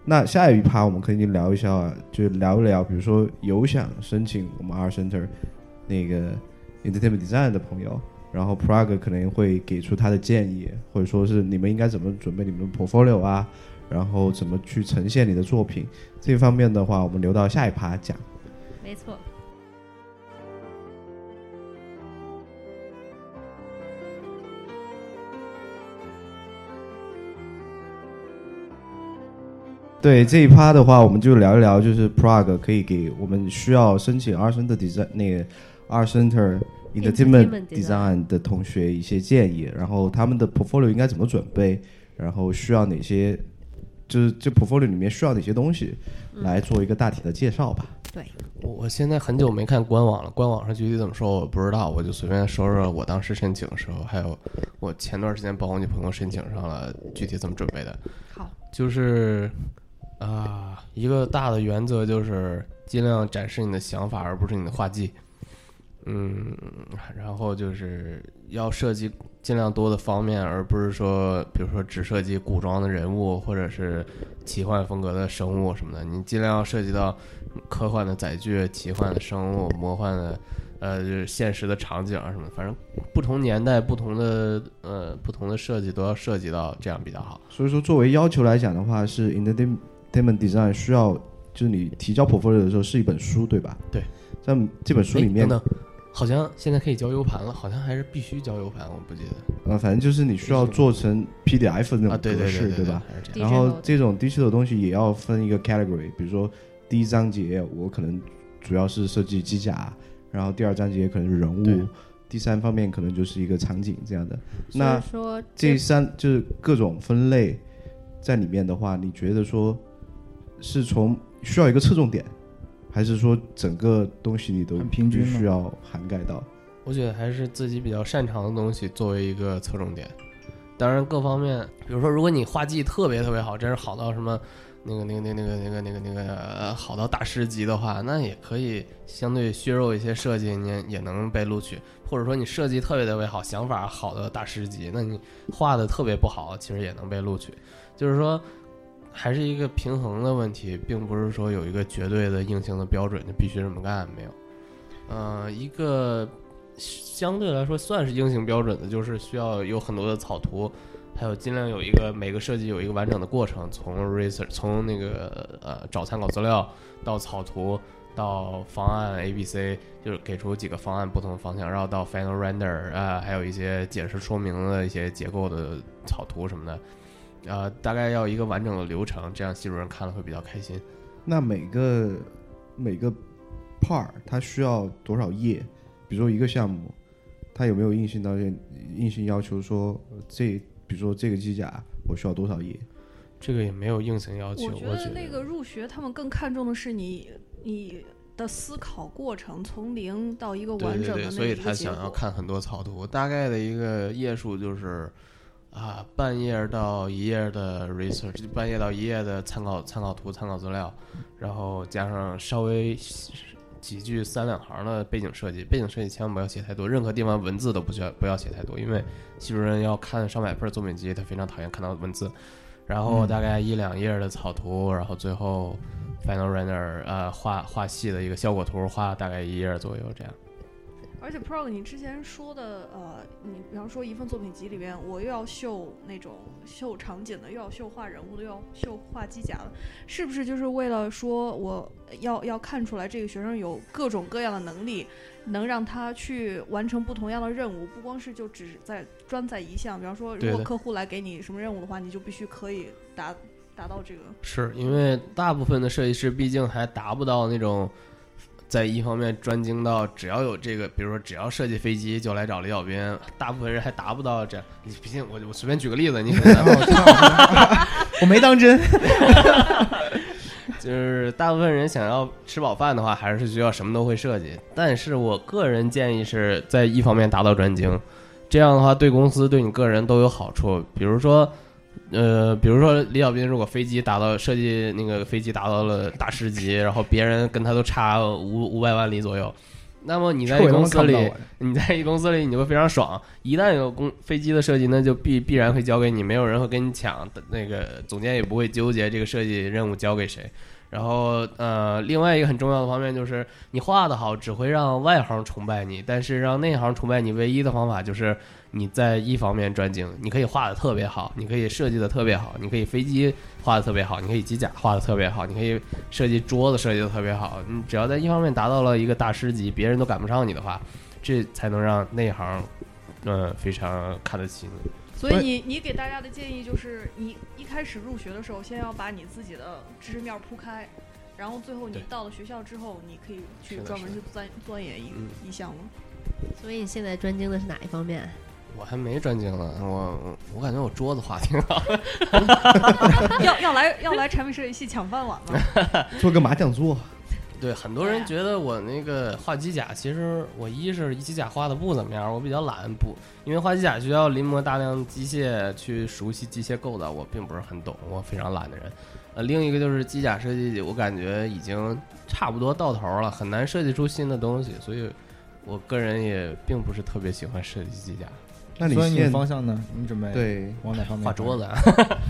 A: 那下一趴我们可以聊一下啊，就聊一聊，比如说有想申请我们 R Center 那个 Entertainment Design 的朋友，然后 Praga 可能会给出他的建议，或者说是你们应该怎么准备你们的 portfolio 啊，然后怎么去呈现你的作品这方面的话，我们留到下一趴讲。
B: 没错，
A: 对这一趴的话，我们就聊一聊，就是 Prague 可以给我们需要申请 R Center Design 那个 R Center Entertainment
B: Entertainment
A: Design 的同学一些建议，然后他们的 portfolio 应该怎么准备，然后需要哪些，就是这 portfolio 里面需要哪些东西，来做一个大体的介绍吧。
E: 我我现在很久没看官网了，官网上具体怎么说我不知道，我就随便说说我当时申请的时候，还有我前段时间帮我女朋友申请上了，具体怎么准备的。
C: 好，
E: 就是啊，一个大的原则就是尽量展示你的想法，而不是你的画技。嗯，然后就是要涉及尽量多的方面，而不是说，比如说只涉及古装的人物或者是奇幻风格的生物什么的，你尽量涉及到科幻的载具、奇幻的生 物、魔幻的，呃，就是现实的场景啊什么的，反正不同年代、不同的呃、不同的设计都要涉及到，这样比较好。
A: 所以说，作为要求来讲的话，是 Entertainment Design 需要，就是你提交 portfolio 的时候是一本书，对吧？
E: 对。
A: 在这本书里面
E: 哎诶等，等，好像现在可以交 U 盘了，好像还是必须交 U 盘，我不记得
A: 呃，反正就是你需要做成 PDF 那
E: 啊。
A: 种
E: 对
A: 格
E: 对
A: 式，
E: 对
A: 吧？？
E: 还是这样。
A: 然
B: Digital
A: 后这种 digital 的东西也要分一个 category，比如说第一章节我可能主要是设计机甲，然后第二章节可能是人物
E: 对，
A: 第三方面可能就是一个场景这样的。
B: 所
A: 那
B: 以说
A: 这三就是各种分类在里面的话，你觉得说是从需要一个侧重点，还是说整个东西你都
D: 很平均
A: 必
D: 吗
A: 须要涵盖到？
E: 我觉得还是自己比较擅长的东西作为一个侧重点。当然，各方面，比如说，如果你画技特别特别好，真是好到什么那个那个那个那个那个那个那个、呃、好到大师级的话，那也可以相对削弱一些设计，你也也能被录取。或者说你设计特别特别好，想法好到大师级，那你画的特别不好，其实也能被录取。就是说，还是一个平衡的问题，并不是说有一个绝对的硬性的标准，就必须这么干，没有。呃，一个相对来说算是硬性标准的，就是需要有很多的草图，还有尽量有一个每个设计有一个完整的过程，从 research 从那个呃找参考资料到草图到方案 A B C，就是给出几个方案不同的方向，然后到 final render 啊、还有一些解释说明的一些结构的草图什么的。呃，大概要一个完整的流程，这样系主任看了会比较开心。
A: 那每个每个 part 它需要多少页？比如说一个项目，它有没有硬性要求？硬性要求说呃这，比如说这个机甲我需要多少页？
E: 这个也没有硬性要求，
C: 我
E: 我
C: 觉得那个入学他们更看重的是你你的思考过程，从零到一个
E: 对
C: 完
E: 对
C: 整的那
E: 对，所以
C: 一个
E: 他
C: 结
E: 想要
C: 果
E: 看很多草图，大概的一个页数就是啊半页到一页的 research，半页到一页的参考参考图、参考资料，然后加上稍微几句三两行的背景设计，背景设计千万不要写太多，任何地方文字都不需要不要写太多，因为系主任要看上百份作品集，他非常讨厌看到文字。然后大
C: 嗯
E: 概一两页的草图，然后最后 Final Render 呃画画细的一个效果图，画大概一页左右这样。
C: 而且 Prog，你之前说的，呃，你比方说一份作品集里边，我又要秀那种秀场景的，又要秀画人物的，又要秀画机甲的，是不是就是为了说我要要看出来这个学生有各种各样的能力，能让他去完成不同样的任务，不光是就只在专在一项。比方说，
E: 对
C: 如
E: 的
C: 果客户来给你什么任务的话，你就必须可以达达到这个。
E: 是因为大部分的设计师毕竟还达不到那种在一方面专精到只要有这个，比如说只要设计飞机就来找李小斌，大部分人还达不到这样。你毕竟我我随便举个例子，你可
D: 哦
E: 能
D: 我没当真。
E: 就是大部分人想要吃饱饭的话，还是需要什么都会设计。但是我个人建议是在一方面达到专精，这样的话对公司对你个人都有好处。比如说，呃，比如说李小斌如果飞机达到设计那个飞机达到了大师级，然后别人跟他都差五五百万里左右，那么你在
D: 臭
E: 一
D: 也他
E: 公
D: 妈
E: 司
D: 看不到
E: 里
D: 我，
E: 你在一公司里你就会非常爽。一旦有公飞机的设计，那就必必然会交给你，没有人会跟你抢。那个总监也不会纠结这个设计任务交给谁。然后呃，另外一个很重要的方面就是，你画的好只会让外行崇拜你，但是让内行崇拜你唯一的方法就是你在一方面专精。你可以画的特别好，你可以设计的特别好，你可以飞机画的特别好，你可以机甲画的特别好，你可以设计桌子设计的特别好。你只要在一方面达到了一个大师级，别人都赶不上你的话，这才能让内行。嗯，非常看得起你。
C: 所以你你给大家的建议就是，你一开始入学的时候，先要把你自己的知识面儿铺开，然后最后你
E: 对
C: 到了学校之后，你可以去
E: 是的
C: 专门
E: 是
C: 去钻钻研一
E: 嗯
C: 一项了。
B: 所以你现在专精的是哪一方面？
E: 我还没专精呢，我我感觉我桌子画挺好。
C: 要要来要来产品设计系抢饭碗 了。
A: 做个麻将桌，
E: 对，很多人觉得我那个画机甲，其实我一是机甲画的不怎么样，我比较懒，不，因为画机甲需要临摹大量机械去熟悉机械构造，我并不是很懂，我非常懒的人。呃，另一个就是机甲设计，我感觉已经差不多到头了，很难设计出新的东西，所以我个人也并不是特别喜欢设计机甲，
A: 那你
D: 所以你
A: 现
D: 方向呢？你准备
A: 对
D: 往哪方面？
E: 画桌子。啊。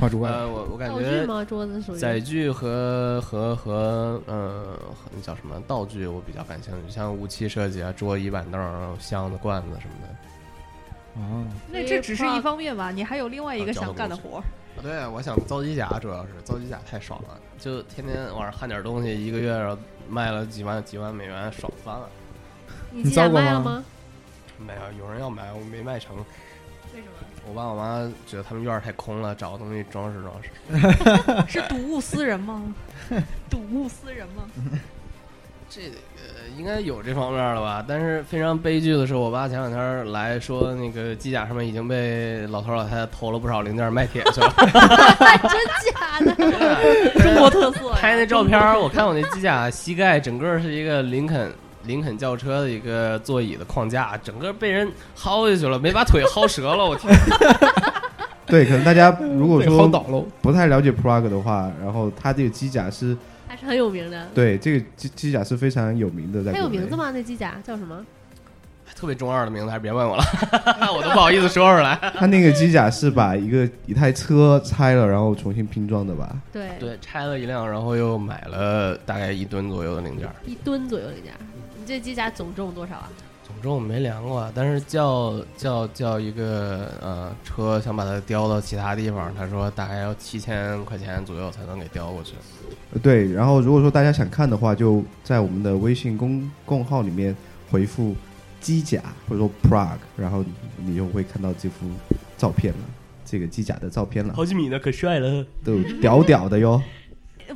D: 画桌子。
E: 呃，我我感
B: 道具
E: 觉
B: 吗？桌子属于
E: 载具和和和嗯，和那叫什么道具我比较感兴趣，像武器设计啊，桌椅板凳儿、箱子、罐子什么的。呃
D: 哦，
C: 那这只是一方面吧，你还有另外一个
E: 啊交通
C: 想干的
E: 工
C: 活儿。
E: 啊对啊，我想造机甲，主要是造机甲太爽了，就天天往上焊点东西，一个月卖了几万几万美元，爽翻了。
B: 你
D: 你
B: 机甲
D: 造过
B: 卖了
D: 吗
B: 吗？
E: 没有，有人要买，我没卖成。
B: 为什么？
E: 我爸我妈觉得他们院儿太空了，找个东西装饰装饰。
C: 是睹物思人 吗？睹物思人吗？
E: 这个应该有这方面了吧？但是非常悲剧的是，我爸前两天来说，那个机甲上面已经被老头老太太偷了不少零件卖铁去了。
B: 真假的？
C: 中国特色呀。
E: 拍那照片儿，我看我那机甲膝盖整个是一个林肯林肯轿车的一个座椅的框架，整个被人薅下去了，没把腿薅折了。我天，
A: 对，可能大家如果
D: 被薅
A: 说
D: 倒喽。
A: 不太了解 Prague 的话，然后它这个机甲是
B: 还是很有名的。
A: 对这个机机甲是非常有名的，在
B: 它有
A: 国内
B: 名字？吗？那机甲叫什么？
E: 特别中二的名字，还是别问我了， 我都不好意思说出来。
A: 它那个机甲是把一个一台车拆了，然后重新拼装的吧？
B: 对，
E: 对，拆了一辆，然后又买了大概一吨左右的零件儿，
B: 一吨左右零件儿。你这机甲总重多 少啊？
E: 总之我没量过啊，但是叫叫叫一个呃车想把它叼到其他地方，他说大概要七千块钱左右才能给叼过去。
A: 呃对，然后如果说大家想看的话，就在我们的微信公共号里面回复“机甲”或者说 “Prague”，然后你就会看到这幅照片了，这个机甲的照片了，
E: 几米呢，可帅了。，
A: 都屌屌的哟。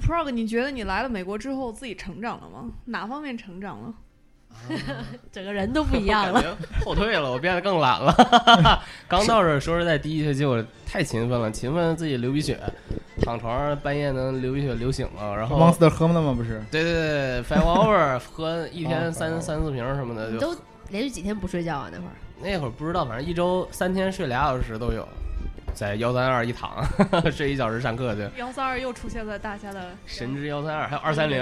C: Prog，你觉得你来了美国之后自己成长了吗？哪方面成长了？
B: 整个人都不一样了。
E: 后退了，我变得更懒了。刚到这儿，说实在，第一学期我太勤奋了，勤奋得自己流鼻血，躺床上半夜能流鼻血流醒了，然后。
D: Monster 喝了吗？不是，
E: 对对对 f i v e hour 喝一天
D: 哦
E: 三
D: ，five hour
E: 三四瓶什么的，
B: 你
E: 就
B: 都连续几天不睡觉啊？那会儿
E: 那会儿不知道，反正一周三天睡俩小时都有，在幺三二一躺 睡一小时上课去，
C: 幺三二又出现在大家的
E: 神之幺三二还有二三零，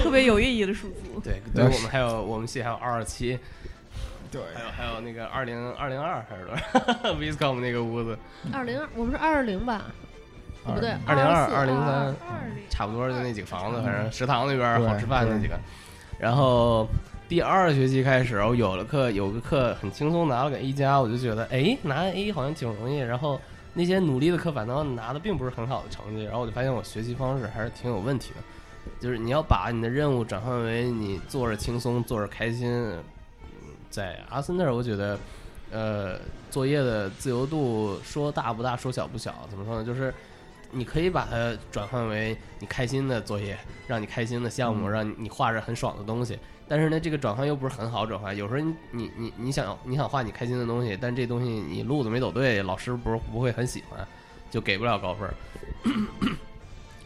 C: 特别有意义的数字。
E: 对对，我们还有我们系还有二二七，
D: 对，
E: 还有还有那个二零二零二还是多少 ？Viscom 那个屋子，
B: 二零二，我们是二二零吧？哦不对，
E: 嗯二零二
B: 224
E: 二零三。
C: 二零
E: 差不多就那几个房子，反正食堂那边儿
D: 对
E: 好吃饭那几个。然后第二学期开始，我有了课，有个课很轻松拿了个 A 加，我就觉得哎，拿 A 好像挺容易。然后那些努力的课反倒拿的并不是很好的成绩，然后我就发现我学习方式还是挺有问题的。就是你要把你的任务转换为你做着轻松，做着开心。嗯在阿森那儿，我觉得呃作业的自由度说大不大，说小不小，怎么说呢？就是你可以把它转换为你开心的作业，让你开心的项目，让你你画着很爽的东西。但是呢，这个转换又不是很好转换。有时候你你你你想你想画你开心的东西，但这东西你路子没走对，老师不是不会很喜欢，就给不了高分儿。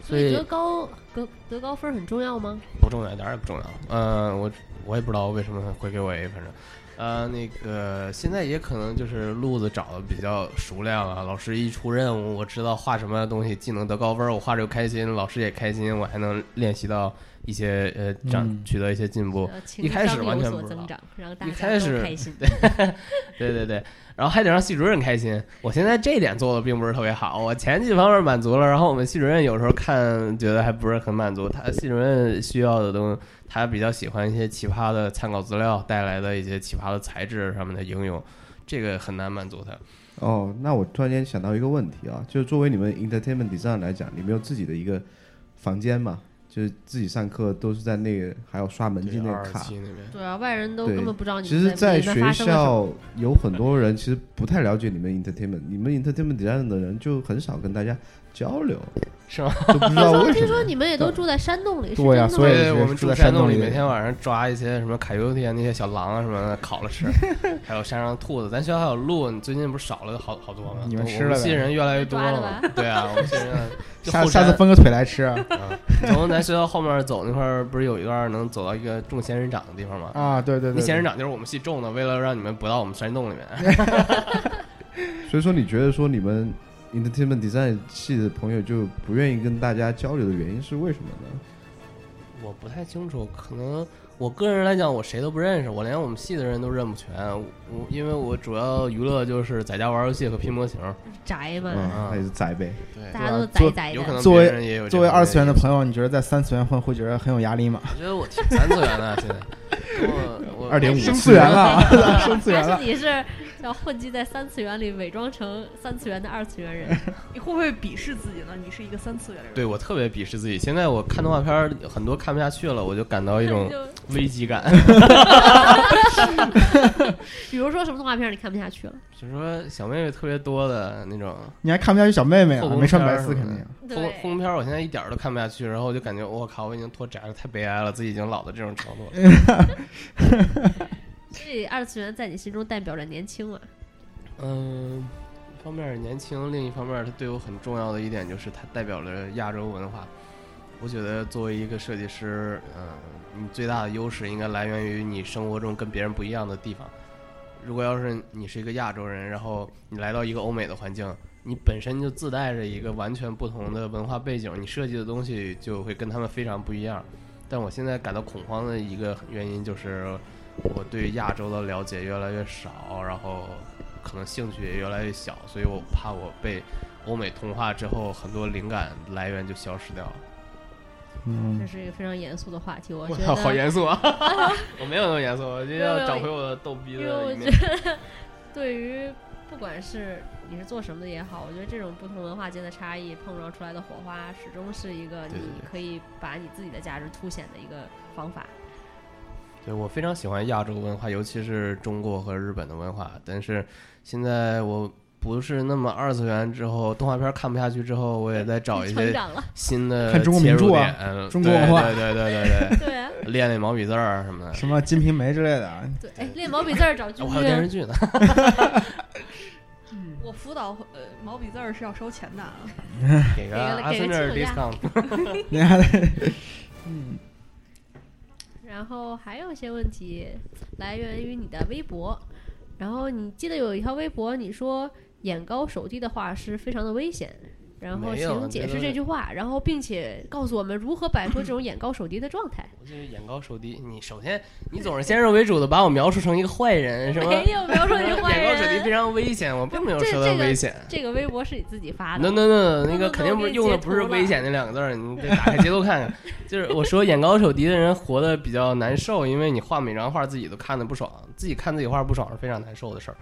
B: 所
E: 所
B: 以
E: 以
B: 得高得得高分儿很重要吗？
E: 不重要，一点儿也不重要。嗯，我我也不知道为什么会给我 A，反正，呃，那个现在也可能就是路子找的比较熟练了。老师一出任务，我知道画什么东西技能得高分儿，我画着又开心，老师也开心，我还能练习到一些呃长、
D: 嗯
E: 取得一些进步。
B: 呃情
E: 一开始
B: 商
E: 完
B: 有
E: 全
B: 所
E: 不知
B: 增
E: 道
B: 长，让大
E: 一
B: 家
E: 开
B: 都
E: 始
B: 开 心。
E: 对对对，然后还得让系主任开心。我现在这点做的并不是特别好，我前几方面满足了，然后我们系主任有时候看觉得还不是很满足。他系主任需要的东西，他比较喜欢一些奇葩的参考资料带来的一些奇葩的材质上面的应用，这个很难满足他。
A: 哦，那我突然间想到一个问题啊，就是作为你们 entertainment design 来讲，你们有自己的一个房间嘛？就是自己上课都是在那个，还有刷门禁那
E: 二
A: 个
E: 十
A: 卡。
E: 七那边，
B: 对啊，外人都
A: 对
B: 根本不知道你
A: 其
B: 们
A: 实，在
B: 在里面
A: 学
B: 发生了什么。
A: 校有很多人其实不太了解你们 entertainment，你们 entertainment design 的人就很少跟大家交流，
E: 是吗？
A: 都不知道为
B: 听
A: 什么
B: 说。你们也都住在山洞里，是真
D: 对呀
B: 的
D: 所
B: 吗
D: 以？
E: 对，啊
D: 是
E: 我们
D: 住
E: 住
D: 在
E: 山
D: 山洞
E: 里，
D: 里
E: 每天晚上抓一些什么凯尤蒂啊，那些小狼啊什么的烤了 吃，还有山上兔子。咱学校还有鹿，你最近不是少了好好多吗？
D: 你们
E: 我
D: 吃
E: 我
D: 了
E: 们系
D: 呗
E: 人越来越多
B: 抓了
E: 嘛？对啊，我们系人越 来越多 就
D: 下
E: 后
D: 下
E: 山
D: 次分个腿来吃啊！
E: 啊，从咱学校后面走那块儿，不是有一段能走到一个种仙人掌的地方吗？
D: 啊对对对，
E: 那仙人
D: 掌
E: 掌就是我们系种的，为了让你们不到我们山洞里面。
A: 所以说，你觉得说你们 entertainment design 系的朋友就不愿意跟大家交流的原因是为什么呢？
E: 我不太清楚，可能我个人来讲，我谁都不认识，我连我们系的人都认不全。我因为我主要娱乐就是在家玩游戏和拼模型，
B: 宅嘛，
A: 嗯，那也是宅呗。
E: 对，
B: 大家都
D: 对啊做
B: 宅宅
E: 有可
B: 的。
E: 能
D: 作
E: 别
D: 为
E: 人也有这
D: 作为
E: 方面
D: 二次元的
E: 意见
D: 朋友，你觉得在三次元混会觉得很有压力吗？
E: 我觉得我挺三次元的，现 在我我
D: 二点五
B: 升
D: 次元 了，升次
B: 还
D: 元了
B: 是。你是要混迹在三次元里，伪装成三次元的二次元人？
C: 你会不会鄙视自己呢？你是一个三次元人，
E: 对我特别鄙视自己。现在我看动画片儿很多看不下去了，我就感到一 种
B: 就
E: 危机感。
B: 比如说什么动画片你看不下去了，
E: 就是说小妹妹特别多的那种
D: 你还看不下去小妹妹
E: 后
D: 啊？
E: 宫
D: 没穿
E: 片儿
D: 白丝
E: 什么
D: 肯
E: 的
D: 定。
E: 疯
B: 对，
E: 疯片，我现在一点儿都看不下去，然后我就感觉我靠，我已经脱宅了，太悲哀了，自己已经老到这种程度了。
B: 所以二次元在你心中代表着年轻嘛？
E: 嗯，一方面是年轻，另一方面它对我很重要的一点就是它代表了亚洲文化。我觉得作为一个设计师，嗯，你最大的优势应该来源于你生活中跟别人不一样的地方。如果要是你是一个亚洲人，然后你来到一个欧美的环境，你本身就自带着一个完全不同的文化背景，你设计的东西就会跟他们非常不一样。但我现在感到恐慌的一个原因就是，我对亚洲的了解越来越少，然后可能兴趣也越来越小，所以我怕我被欧美同化之后，很多灵感来源就消失掉了。
D: 嗯
B: 这，是一个非常严肃的话题，我觉
E: 哇， 好
B: 得。
E: 严 肃啊！我没有那么严肃，我就要找回我的逗逼
B: 因为我
E: 的一
B: 觉
E: 面。
B: 得，对于不管是你是做什么的也好，我觉得这种不同文化间的差异碰撞出来的火花，始终是一个
E: 对对
B: 你
E: 对
B: 可以把你自己的价值凸显的一个方法。
E: 对我非常喜欢亚洲文化，尤其是中国和日本的文化。但是现在我不是那么二次元，之后动画片看不下去之后，我也在找一
B: 你成
E: 些
B: 长了，
E: 新的
D: 看中国
E: 切
D: 名
E: 入
D: 著啊
E: 点，嗯
D: 中国文化
E: 对对对对对对，
B: 对啊
E: 练练毛笔字儿什么 的。
D: 什么《金瓶梅》之类的啊，
B: 对，哎，练毛笔字儿找
E: 我
B: 君
E: 还有电视
B: 君，
E: 剧 呢。
B: 嗯，
C: 我辅导呃毛笔字儿是要收钱的啊。
B: 给
E: 给个
B: 个
E: 阿
B: 给
E: 森
B: 个
E: 这
B: 亲友价
E: discount，
D: 你还得
B: 然后还有一些问题来源于你的微博，然后你记得有一条微博，你说眼高手低的画师非常的危险，然后
E: 没有
B: 请解
E: 这
B: 释
E: 都
B: 这
E: 是
B: 句话，然后并且告诉我们如何摆脱这种眼高手低的状态。
E: 我就是眼高手低。你首先，你总是先入为主的把我描述成一个坏人，什么
B: 没有没有 说你
E: 眼
B: 哎坏
E: 高手低
B: 人，
E: 非常危险，我并没有
B: 这
E: 说
B: 这
E: 它
B: 个啊
E: 危险。
B: 这个微博是你自己发
E: no
B: 的。
E: no no，
B: no,
E: 那个
B: no,
E: 肯定不
B: 我给你
E: 用的
B: 截
E: 不是
B: 图了
E: 危险那两个字儿，你得打开截图看 看。就是我说眼高手低的人活得比较难受，因为你画每张画自己都看的不爽，自己看自己画不爽是非常难受的事儿。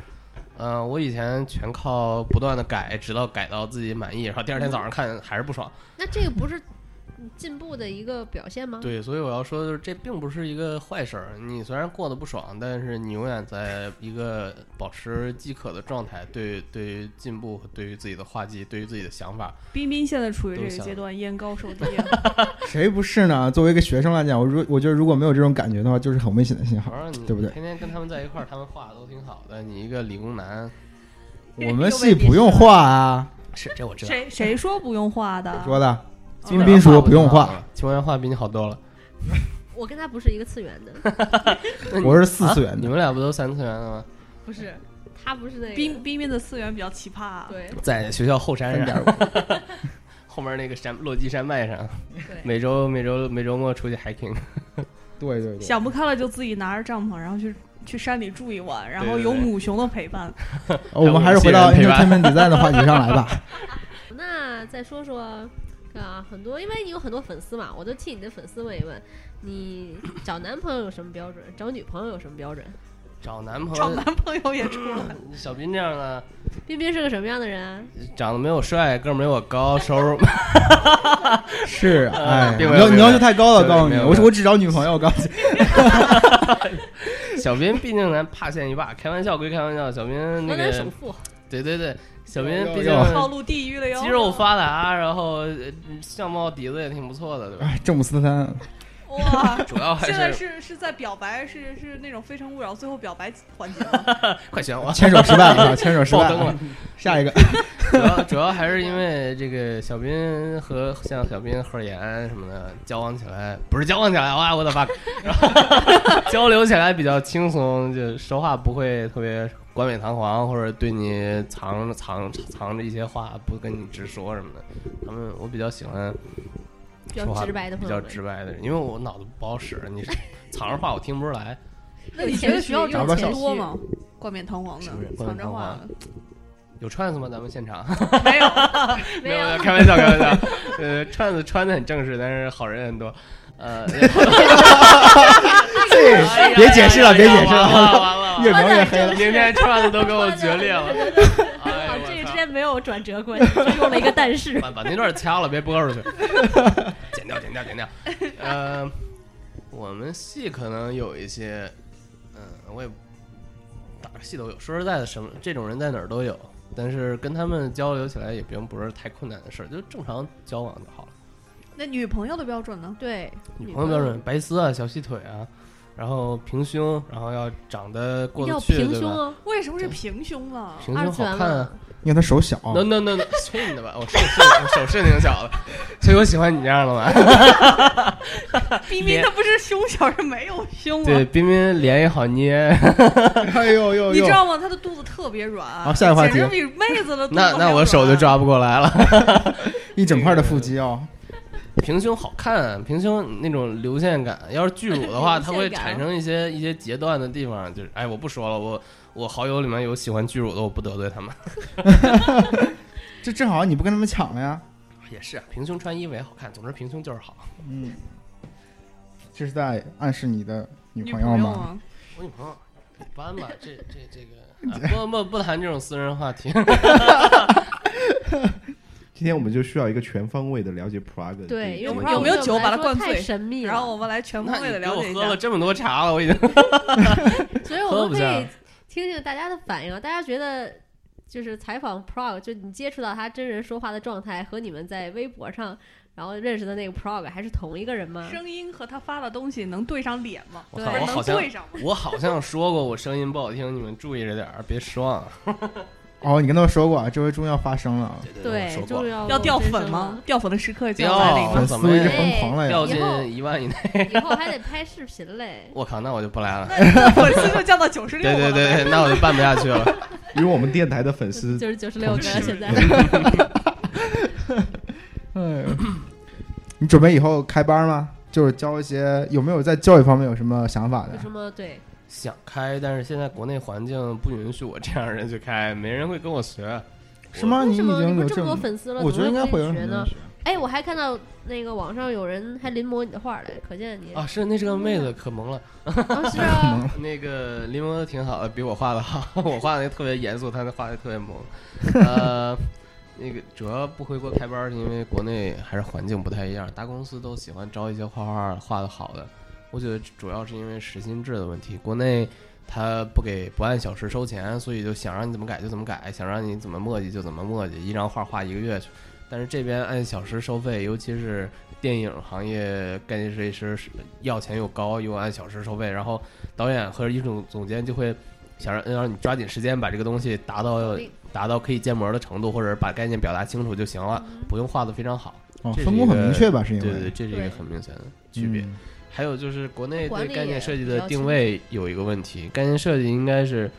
E: 嗯、我以前全靠不断的改，直到改到自己满意，然后第二天早上看还是不爽。
B: 那这个不是进步的一个表现吗？
E: 对，所以我要说的就是，这并不是一个坏事儿。你虽然过得不爽，但是你永远在一个保持饥渴的状态，对对于进步、对于自己的画技、对于自己的想法，
C: 冰冰现在处于
E: 都
C: 这个
E: 想
C: 阶段，烟高手低。啊
D: 谁不是呢？作为一个学生来讲，我如我觉得如果没有这种感觉的话，就是很危险的信号。
E: 反正你
D: 对不对
E: 天天跟他们在一块儿，他们画的都挺好的。你一个理工男，
D: 我们系不用画啊，
E: 是这我知道，
C: 谁谁说不用画的？
D: 说
E: 啊
D: 的
E: 基本
D: 冰
E: 上
D: 说
E: 画不
D: 不用
E: 就
D: 画
E: 好了，球员画比你好多了。
B: 我跟他不是一个次元的，
E: 那你
D: 我是四次元
E: 啊
D: 的
E: 你们俩不都三次元的吗？
C: 不是，
B: 他不是那个
C: 冰冰冰的四元比较奇葩、啊。
B: 对
E: 在学校后山
D: 三点
E: 上，
D: 五，
E: 后面那个山落基山脉上，
B: 对，
E: 每周每周每周末出去 hiking，
D: 对对对，
C: 想不开了就自己拿着帐篷，然后去去山里住一晚，然后
E: 对对
C: 有
E: 对
C: 母熊的陪伴。
D: 哦我们还是回到 entertainment design 的话题上来 吧。
B: 那再说说啊，很多因为你有很多粉丝嘛，我就替你的粉丝问一问，你找男朋友有什么标准？找女朋友有什么标准？
E: 找男 朋
C: 找
E: 友
C: 男。朋友也出来，
E: 小斌这样的，
B: 冰冰是个什么样的人？啊
E: 长得没我帅，个儿没我高，收入
D: 是，哎，你
E: 并没
D: 要
E: 有
D: 你要求太高了，
E: 对
D: 告诉
E: 没
D: 你，
E: 有
D: 我
E: 没有
D: 我只找女 朋友，我告诉你，
E: 小斌毕竟咱怕见一霸，开玩笑归开玩笑，小斌那
B: 河南
E: 个
B: 首富，
E: 对对对，小
D: 有
E: 斌
D: 有
E: 毕
D: 有
E: 竟
C: 暴露地狱了哟。
E: 肌肉发达，然后呃相貌底子也挺不错的，对吧？
D: 哎詹姆斯三，
C: 哇！
E: 主要哦还
C: 现在
E: 是
C: 是是在表白，是是那种《非诚勿扰》最后表白环节吗？
E: 快选我，
D: 牵手失 败了，啊牵手失败
E: 爆灯了。
D: 下一个，
E: 主要主要还是因为这个小斌和像小斌、贺岩什么的交往起来，不是交往起来，啊哇，我的妈！然后交流起来比较轻松，就说话不会特别冠冕堂皇，或者对你藏藏藏着一些话不跟你直说什么的。他们我比较喜欢
B: 比
E: 说话
B: 较直白的
E: 比
B: 朋
E: 较
B: 友
E: 直白的人，因为我脑子不好使，你藏着话我听不出来。
C: 那
B: 有
C: 你觉
B: 钱
C: 得
B: 学
C: 学校
B: 有
C: 挣的
B: 钱
C: 钱多
B: 学
C: 吗？冠冕堂皇的
E: 是不是，冠
C: 藏
E: 冕
C: 着
E: 堂
C: 话
E: 皇啊有串子吗？咱们现场
C: 没 有。
E: 哎
B: 没有，啊
E: 开玩笑，开玩笑。呃，串子穿的很正式，但是好人很多。 呃，哎呀
D: 别解释了
E: 哎呀
D: 别解释了
E: 完了完了，
D: 越描越黑了。
E: 明天串子都跟我决裂了。
B: 好
E: 哎呀，，
B: 这
E: 我
B: 个之
E: 操
B: 间没有转折过，只用哦了一个但是。
E: 把把那段掐了，别播出去， 剪掉，剪掉，剪掉。呃，我们系可能有一些，嗯、我也哪个系都有。说实在的，什么这种人在哪儿都有，但是跟他们交流起来也并不是太困难的事儿，就正常交往就好了。
C: 那女朋友的标准呢？
B: 对，
E: 女朋友标准，白丝啊，小细腿啊，然后平胸，然后要长得过得
B: 要
E: 去，
B: 平
E: 对
B: 胸
E: 吧？
B: 哦，
C: 为什么是平胸呢？
E: 平
B: 二
E: 胸
B: 次
E: 好
B: 元
E: 看啊
B: 嘛。
D: 因为他手
C: 哦
D: 小，啊
E: No no no no，去 你的吧！我手是我手是挺小的，所以我喜欢你这样 的嘛。
C: 冰冰
E: 脸
C: 她不是胸小，是没有胸啊吗？
E: 对，冰冰脸也好 捏，
D: 哎呦呦
C: 你知
D: 呦，
C: 道吗？她的肚子特别软，
D: 好下一个话题
C: 简直比妹子的肚子
E: 那
C: 还
E: 那我
C: 软
E: 手就。抓不过来了。
D: 一整块的腹肌哦，
E: 平胸好看，平胸那种流线感，要是巨乳 的话，
B: 流线感
E: 它会产生一些一些截断的地方。就是哎，我不说了，我我好友里面有喜欢巨乳的，我不得罪他们。
D: 这正好你不跟他们抢了呀。
E: 也是啊，平胸穿衣服也好看，总之平胸就是好。
D: 嗯，这是在暗示你的女
C: 女
D: 朋
C: 朋
D: 友吗？
C: 啊，
E: 我女朋友一般吧，这这这个、啊不不不谈这种私人话题。
A: 今天我们就需要一个全方位的了解 Prague 的
B: 对，
A: 这
B: 因
A: 个地
B: 为
C: 有
A: 方
C: 有没有酒把它
B: 它
C: 灌醉
B: 神秘了，
C: 然后我们来全
E: 那
C: 方位的
E: 你给
C: 了解
E: 我
C: 一
E: 喝了
C: 下。
E: 这么多茶了，我已经
B: 所以
E: 喝
B: 我们
E: 不
B: 可
E: 下
B: 以听听大家的反应啊，大家觉得就是采访 Prog，就你接触到他真人说话的状态和你们在微博上然后认识的那个 Prog 还是同一个人吗？
C: 声音和她发的东西能对上脸吗？
E: 我
B: 对
E: 操，
C: 不是能
E: 我好像
C: 对上吗？
E: 我好像说过我声音不好听，你们注意着点儿，别失望。啊
D: 哦，你跟他们说过啊，这回终于要发生了，
B: 对，
E: 我说
B: 终
E: 过
B: 于要
C: 要掉
B: 真
C: 粉
B: 声
C: 吗
B: 了？？
C: 掉粉的时刻就
E: 掉
C: 要来临
D: 粉
C: 了。
D: 丝
E: 怎么
D: 一直
E: 呀
D: 疯狂了呀！
E: 哎掉进一万以内，。
B: 以后还得拍视频嘞
E: 我靠，那我就 不来了。
C: 那那粉丝就降到九十六
E: 对
C: 了。
E: 对对对，那我就办不下 去了。
A: 因为我们电台的粉丝
B: 就是九十六个，
A: 同时
B: 现在
D: 哎呦，你准备以后开班吗？就是教一些有没有在教育方面有什么想法的
B: 有？什么对？
E: 想开，但是现在国内环境不允许我这样的人去开，没人会跟 我学。
D: 是吗？
B: 为
D: 你已
B: 什么你
D: 经
B: 不
D: 有
B: 是这么多
D: 种，
B: 粉丝了？
D: 我
B: 怎么
D: 觉得应该会有
B: 学
D: 很多
B: 呢
D: 人。学。
B: 哎，我还看到那个网上有人还临摹你的画儿嘞，可见你
E: 啊，是那是个妹子，可萌了。
B: 哦是 啊，
E: 那个临 摹的挺好的，比我画的好。我画的特别严肃，他那画的特别萌。呃，那个主要不回国开班，是因为国内还是环境不太一样，大公司都喜欢招一些画画画的好的。我觉得主要是因为时薪制的问题，国内他不给不按小时收钱，所以就想让你怎么改就怎么改，想让你怎么磨叽就怎么磨叽，一张画画一个月。但是这边按小时收费，尤其是电影行业干计设计师是要钱又高，又按小时收费，然后导演和艺术总监就会想让让你抓紧时间把这个东西达到
B: 定
E: 达到可以建模的程度，或者把概念表达清楚就行了，
B: 嗯
E: 不用画的非常好。
D: 哦，
E: 这是
D: 分工很
E: 一个
D: 明确吧？是因
E: 对
D: 为
E: 对，对这是一个
B: 对
E: 很明显的区别。
D: 嗯
E: 还有就是国内
B: 管
E: 对
B: 理
E: 概念
B: 也
E: 设计
B: 比
E: 的
B: 较
E: 定
B: 清
E: 位有一个问题，概念设计应该是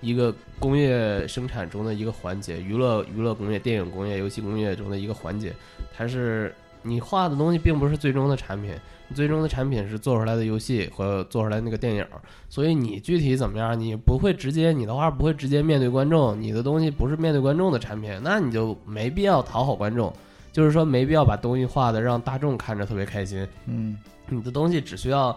E: 一个工业生产中的一个环节，娱乐娱乐工业、电影工业、游戏工业中的一个环节，它是你画的东西并不是最终的产品，你最终的产品是做出来的游戏和做出来那个电影，所以你具体怎么样，你不会直接你的画不会直接面对观众，你的东西不是面对观众的产品，那你就没必要讨好观众。就是说，没必要把东西画的让大众看着特别开心，
D: 嗯，
E: 你的东西只需要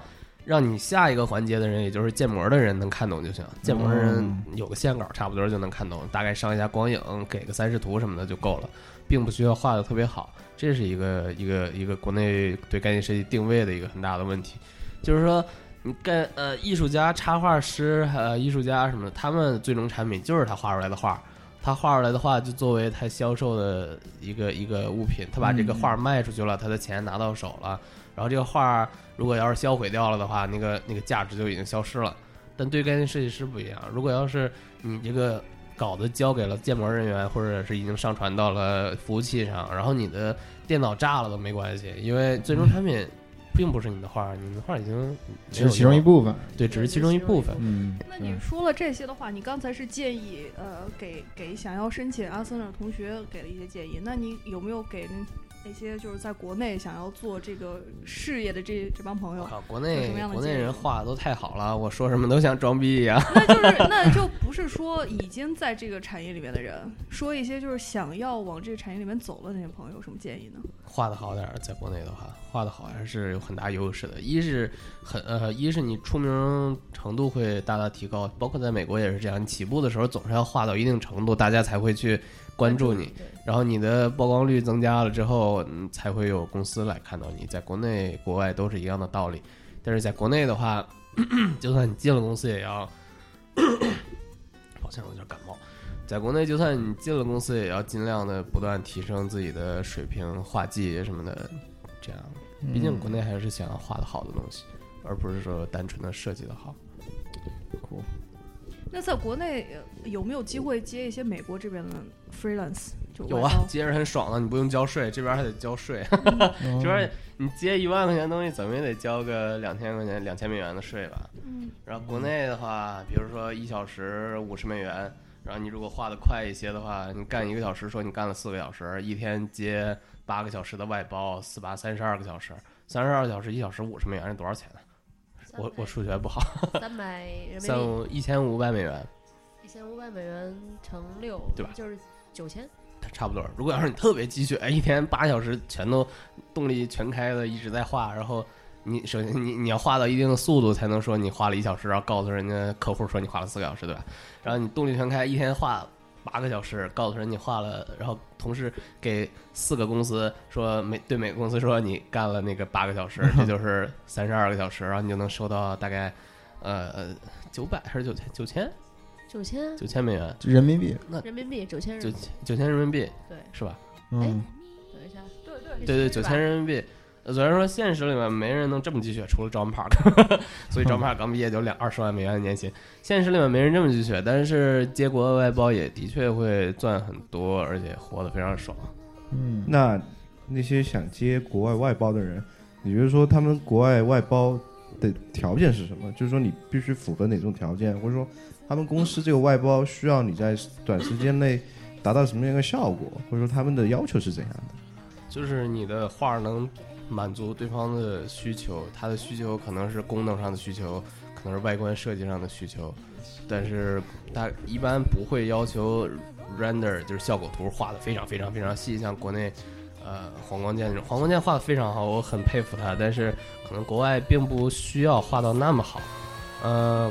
E: 让你下一个环节的人，也就是建模的人能看懂就行。建模的人有个线稿，差不多就能看懂，大概上一下光影，给个三视图什么的就够了，并不需要画的特别好。这是一个一个一个国内对概念设计定位的一个很大的问题，就是说。你跟呃艺术家、插画师、呃艺术家什么的，他们最终产品就是他画出来的画，他画出来的画就作为他销售的一个一个物品，他把这个画卖出去了，他的钱拿到手了，然后这个画如果要是销毁掉了的话，那个那个价值就已经消失了。但对概念设计师不一样，如果要是 你这个稿子交给了建模人员，或者是已经上传到了服务器上，然后你的电脑炸了都没关系，因为最终产品并不是你的画，你的画已经没
D: 只
E: 有
D: 是其中一
E: 用了，
D: 部分。
E: 对，只是其中一部分。
D: 嗯，
C: 那
D: 对
C: 你说了这些的话，你刚才是建议呃给给想要申请阿森纳的同学给了一些建议，那你有没有给那些就是在国内想要做这个事业的这这帮朋
E: 我
C: 友？
E: 靠，国
C: 有
E: 内
C: 什么样的
E: 国内
C: 建议
E: 人画的都太好了，我说什么都像装逼一样。
C: 那就是那就不是说已经在这个产业里面的人，说一些就是想要往这个产业里面走的那些朋友有什么建议呢？
E: 画的好点儿，在国内的话，画的好还是有很大优势的。一是很呃，一是你出名程度会大大提高，包括在美国也是这样。你起步的时候总是要画到一定程度，大家才会去关注你，
B: 对
E: 然后你的曝光率增加了之后，嗯，才会有公司来看到你。在国内、国外都是一样的道理，但是在国内的话， 就算你进了公司，也要 抱歉，我有点感冒。在国内，就算你进了公司，也要尽量的不断提升自己的水平、画技什么的，这样。毕竟国内还是想要画的好的东西，而不是说单纯的设计的好。
C: 那在国内呃有没有机会接一些美国这边的 freelance？就
E: 有
C: 外
E: 啊
C: 包，
E: 接着很爽了，你不用交税，这边还得交税。
D: 嗯
E: 这边你接一万块钱东西，怎么也得交个两千块钱、两千美元的税吧。
C: 嗯，
E: 然后国内的话，比如说一小时五十美元，然后你如果画的快一些的话，你干一个小时，说你干了四个小时，一天接八个小时的外包，四八三十二个小时，三十二小时一小时五十美元是多少钱呢？我我数学不好，
B: 三百人民
E: 三
B: 币
E: 五一千五百美元，
B: 一千五百美元乘六，
E: 对吧
B: 就是九千。
E: 差不多。如果要是你特别鸡血，一天八小时全都动力全开的一直在画，然后你首先你你要画到一定的速度才能说你画了一小时，然后告诉人家客户说你画了四个小时，对吧？然后你动力全开，一天画八个小时，告诉人你画了，然后同时给四个公司说每对每个公司说你干了那个八个小时，这就是三十二个小时，然后你就能收到大概呃九百还是九千九千
B: 九千
E: 九千美元，
D: 人民币，
B: 人民币，九千
E: 九
B: 人，
E: 九千人民币
B: 对，哎
E: 是吧？
D: 嗯，
B: 等一下，
C: 对对，
E: 对对，
B: 是
E: 九
B: 吧
E: 千人民币。呃虽然说现实里面没人能这么积雪，除了 John Park，所 以 John Park 刚毕业就两二十万美元的年薪。现实里面没人这么积雪，但是接国外包也的确会赚很多，而且活得非常爽。
D: 嗯，
A: 那那些想接国外外包的人，也就是说他们国外外包的条件是什么？就是说你必须符合哪种条件，或者说他们公司这个外包需要你在短时间内达到什么样的效果，或者说他们的要求是怎样的？
E: 就是你的画儿能满足对方的需求，他的需求可能是功能上的需求，可能是外观设计上的需求，但是他一般不会要求 render 就是效果图画的非常非常非常细，像国内。呃，黄光剑那种，黄光剑画的非常好，我很佩服他。但是可能国外并不需要画到那么好。呃，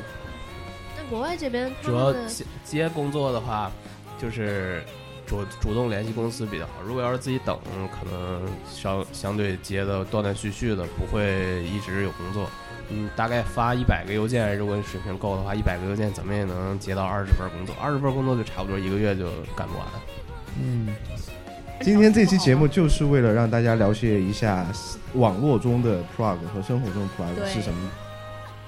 B: 但国外这边他
E: 主要
B: 们的
E: 接接工作的话，就是主主动联系公司比较好。如果要是自己等，可能相相对接的断断续续的，不会一直有工作。嗯，大概发一百个邮件，如果你水平够的话，一百个邮件怎么也能接到二十份工作，二十份工作就差不多一个月就干不完。
D: 嗯，
A: 今天这期节目
C: 好
A: 就是为了让大家了解一下网络中的 prog 和生活中的 prog
B: 对
A: 是什么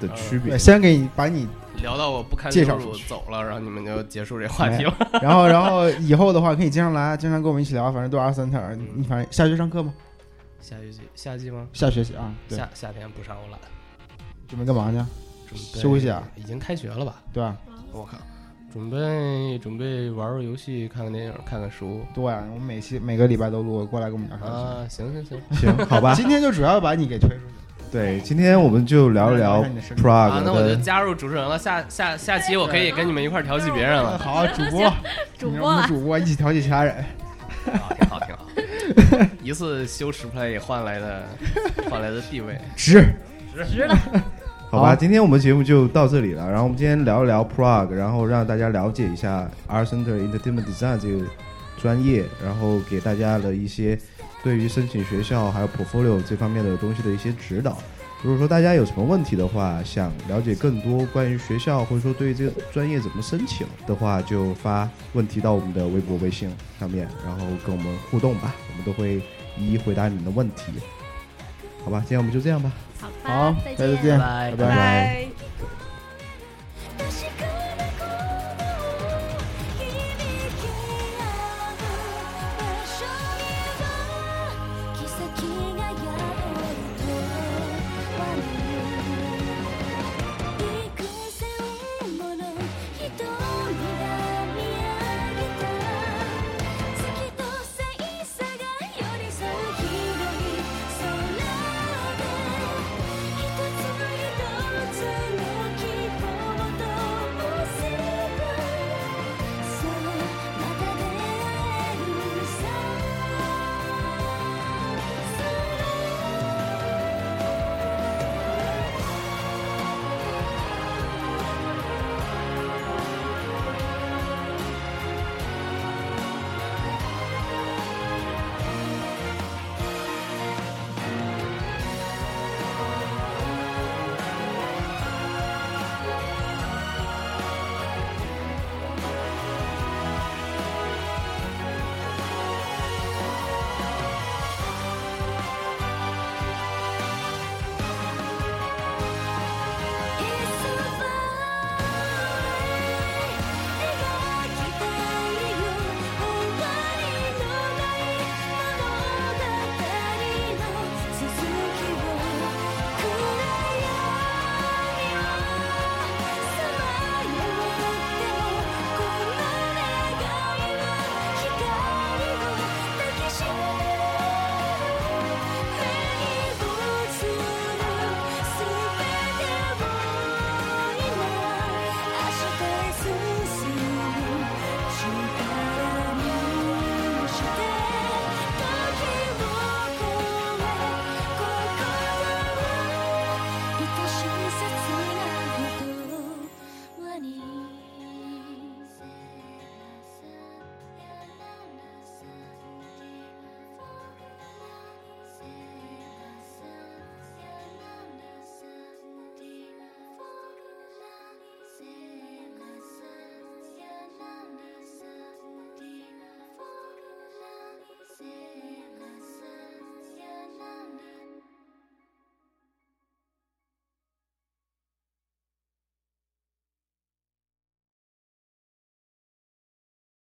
A: 的区别
D: 对，。先给你把你，
E: 聊到我不堪
D: 介
E: 入
D: 绍
E: 目
D: 出去
E: 走了，然后你们就结束这话题吧。
D: 然后然后以后的话可以经常来，经常跟我们一起聊，反正都是阿森特尔，
E: 嗯
D: 你反正下学期上课吗？
E: 下学期夏季吗？
D: 下学期啊，对，
E: 夏夏天不上我懒，
D: 准备干嘛呢？
E: 准备
D: 休息啊。
E: 已经开学了吧？
D: 对吧？
E: 我靠，准备准备玩玩游戏，看看电影，看看书
D: 对啊，我们每期每个礼拜都录，过来跟我们聊下
E: 啊。行行行，
A: 行， 好吧
D: 去。。今天就主要把你给推出去，
A: 对，今天我们就聊一聊
D: 看看你的身体
A: prog
E: 啊，那我就
A: 的
E: 加入主持人了。下下下期我可以跟你们一块儿调戏别人 了，
D: 好，主 播，
B: 主
D: 你是
B: 播
D: 我们
B: 啊
D: 的，主播一起调戏其他人。
E: 啊，挺好挺好。一次修 play 换来的换来的地位，
D: 值。
A: 好吧，
D: 好
A: 今天我们节目就到这里了。然后我们今天聊一聊 Prague，然后让大家了解一下 a r s e n t e r Entertainment Design 这个专业，然后给大家了一些对于申请学校还有 portfolio 这方面的东西的一些指导。如果说大家有什么问题的话，想了解更多关于学校或者说对于这个专业怎么申请的话，就发问题到我们的微博、微信上面，然后跟我们互动吧，我们都会一一回答你们的问题。好吧，今天我们就这样吧。
B: 好吧
D: 好，，再
B: 再见。
D: 见，
E: 拜
D: 拜
C: 拜
A: 拜
C: 拜。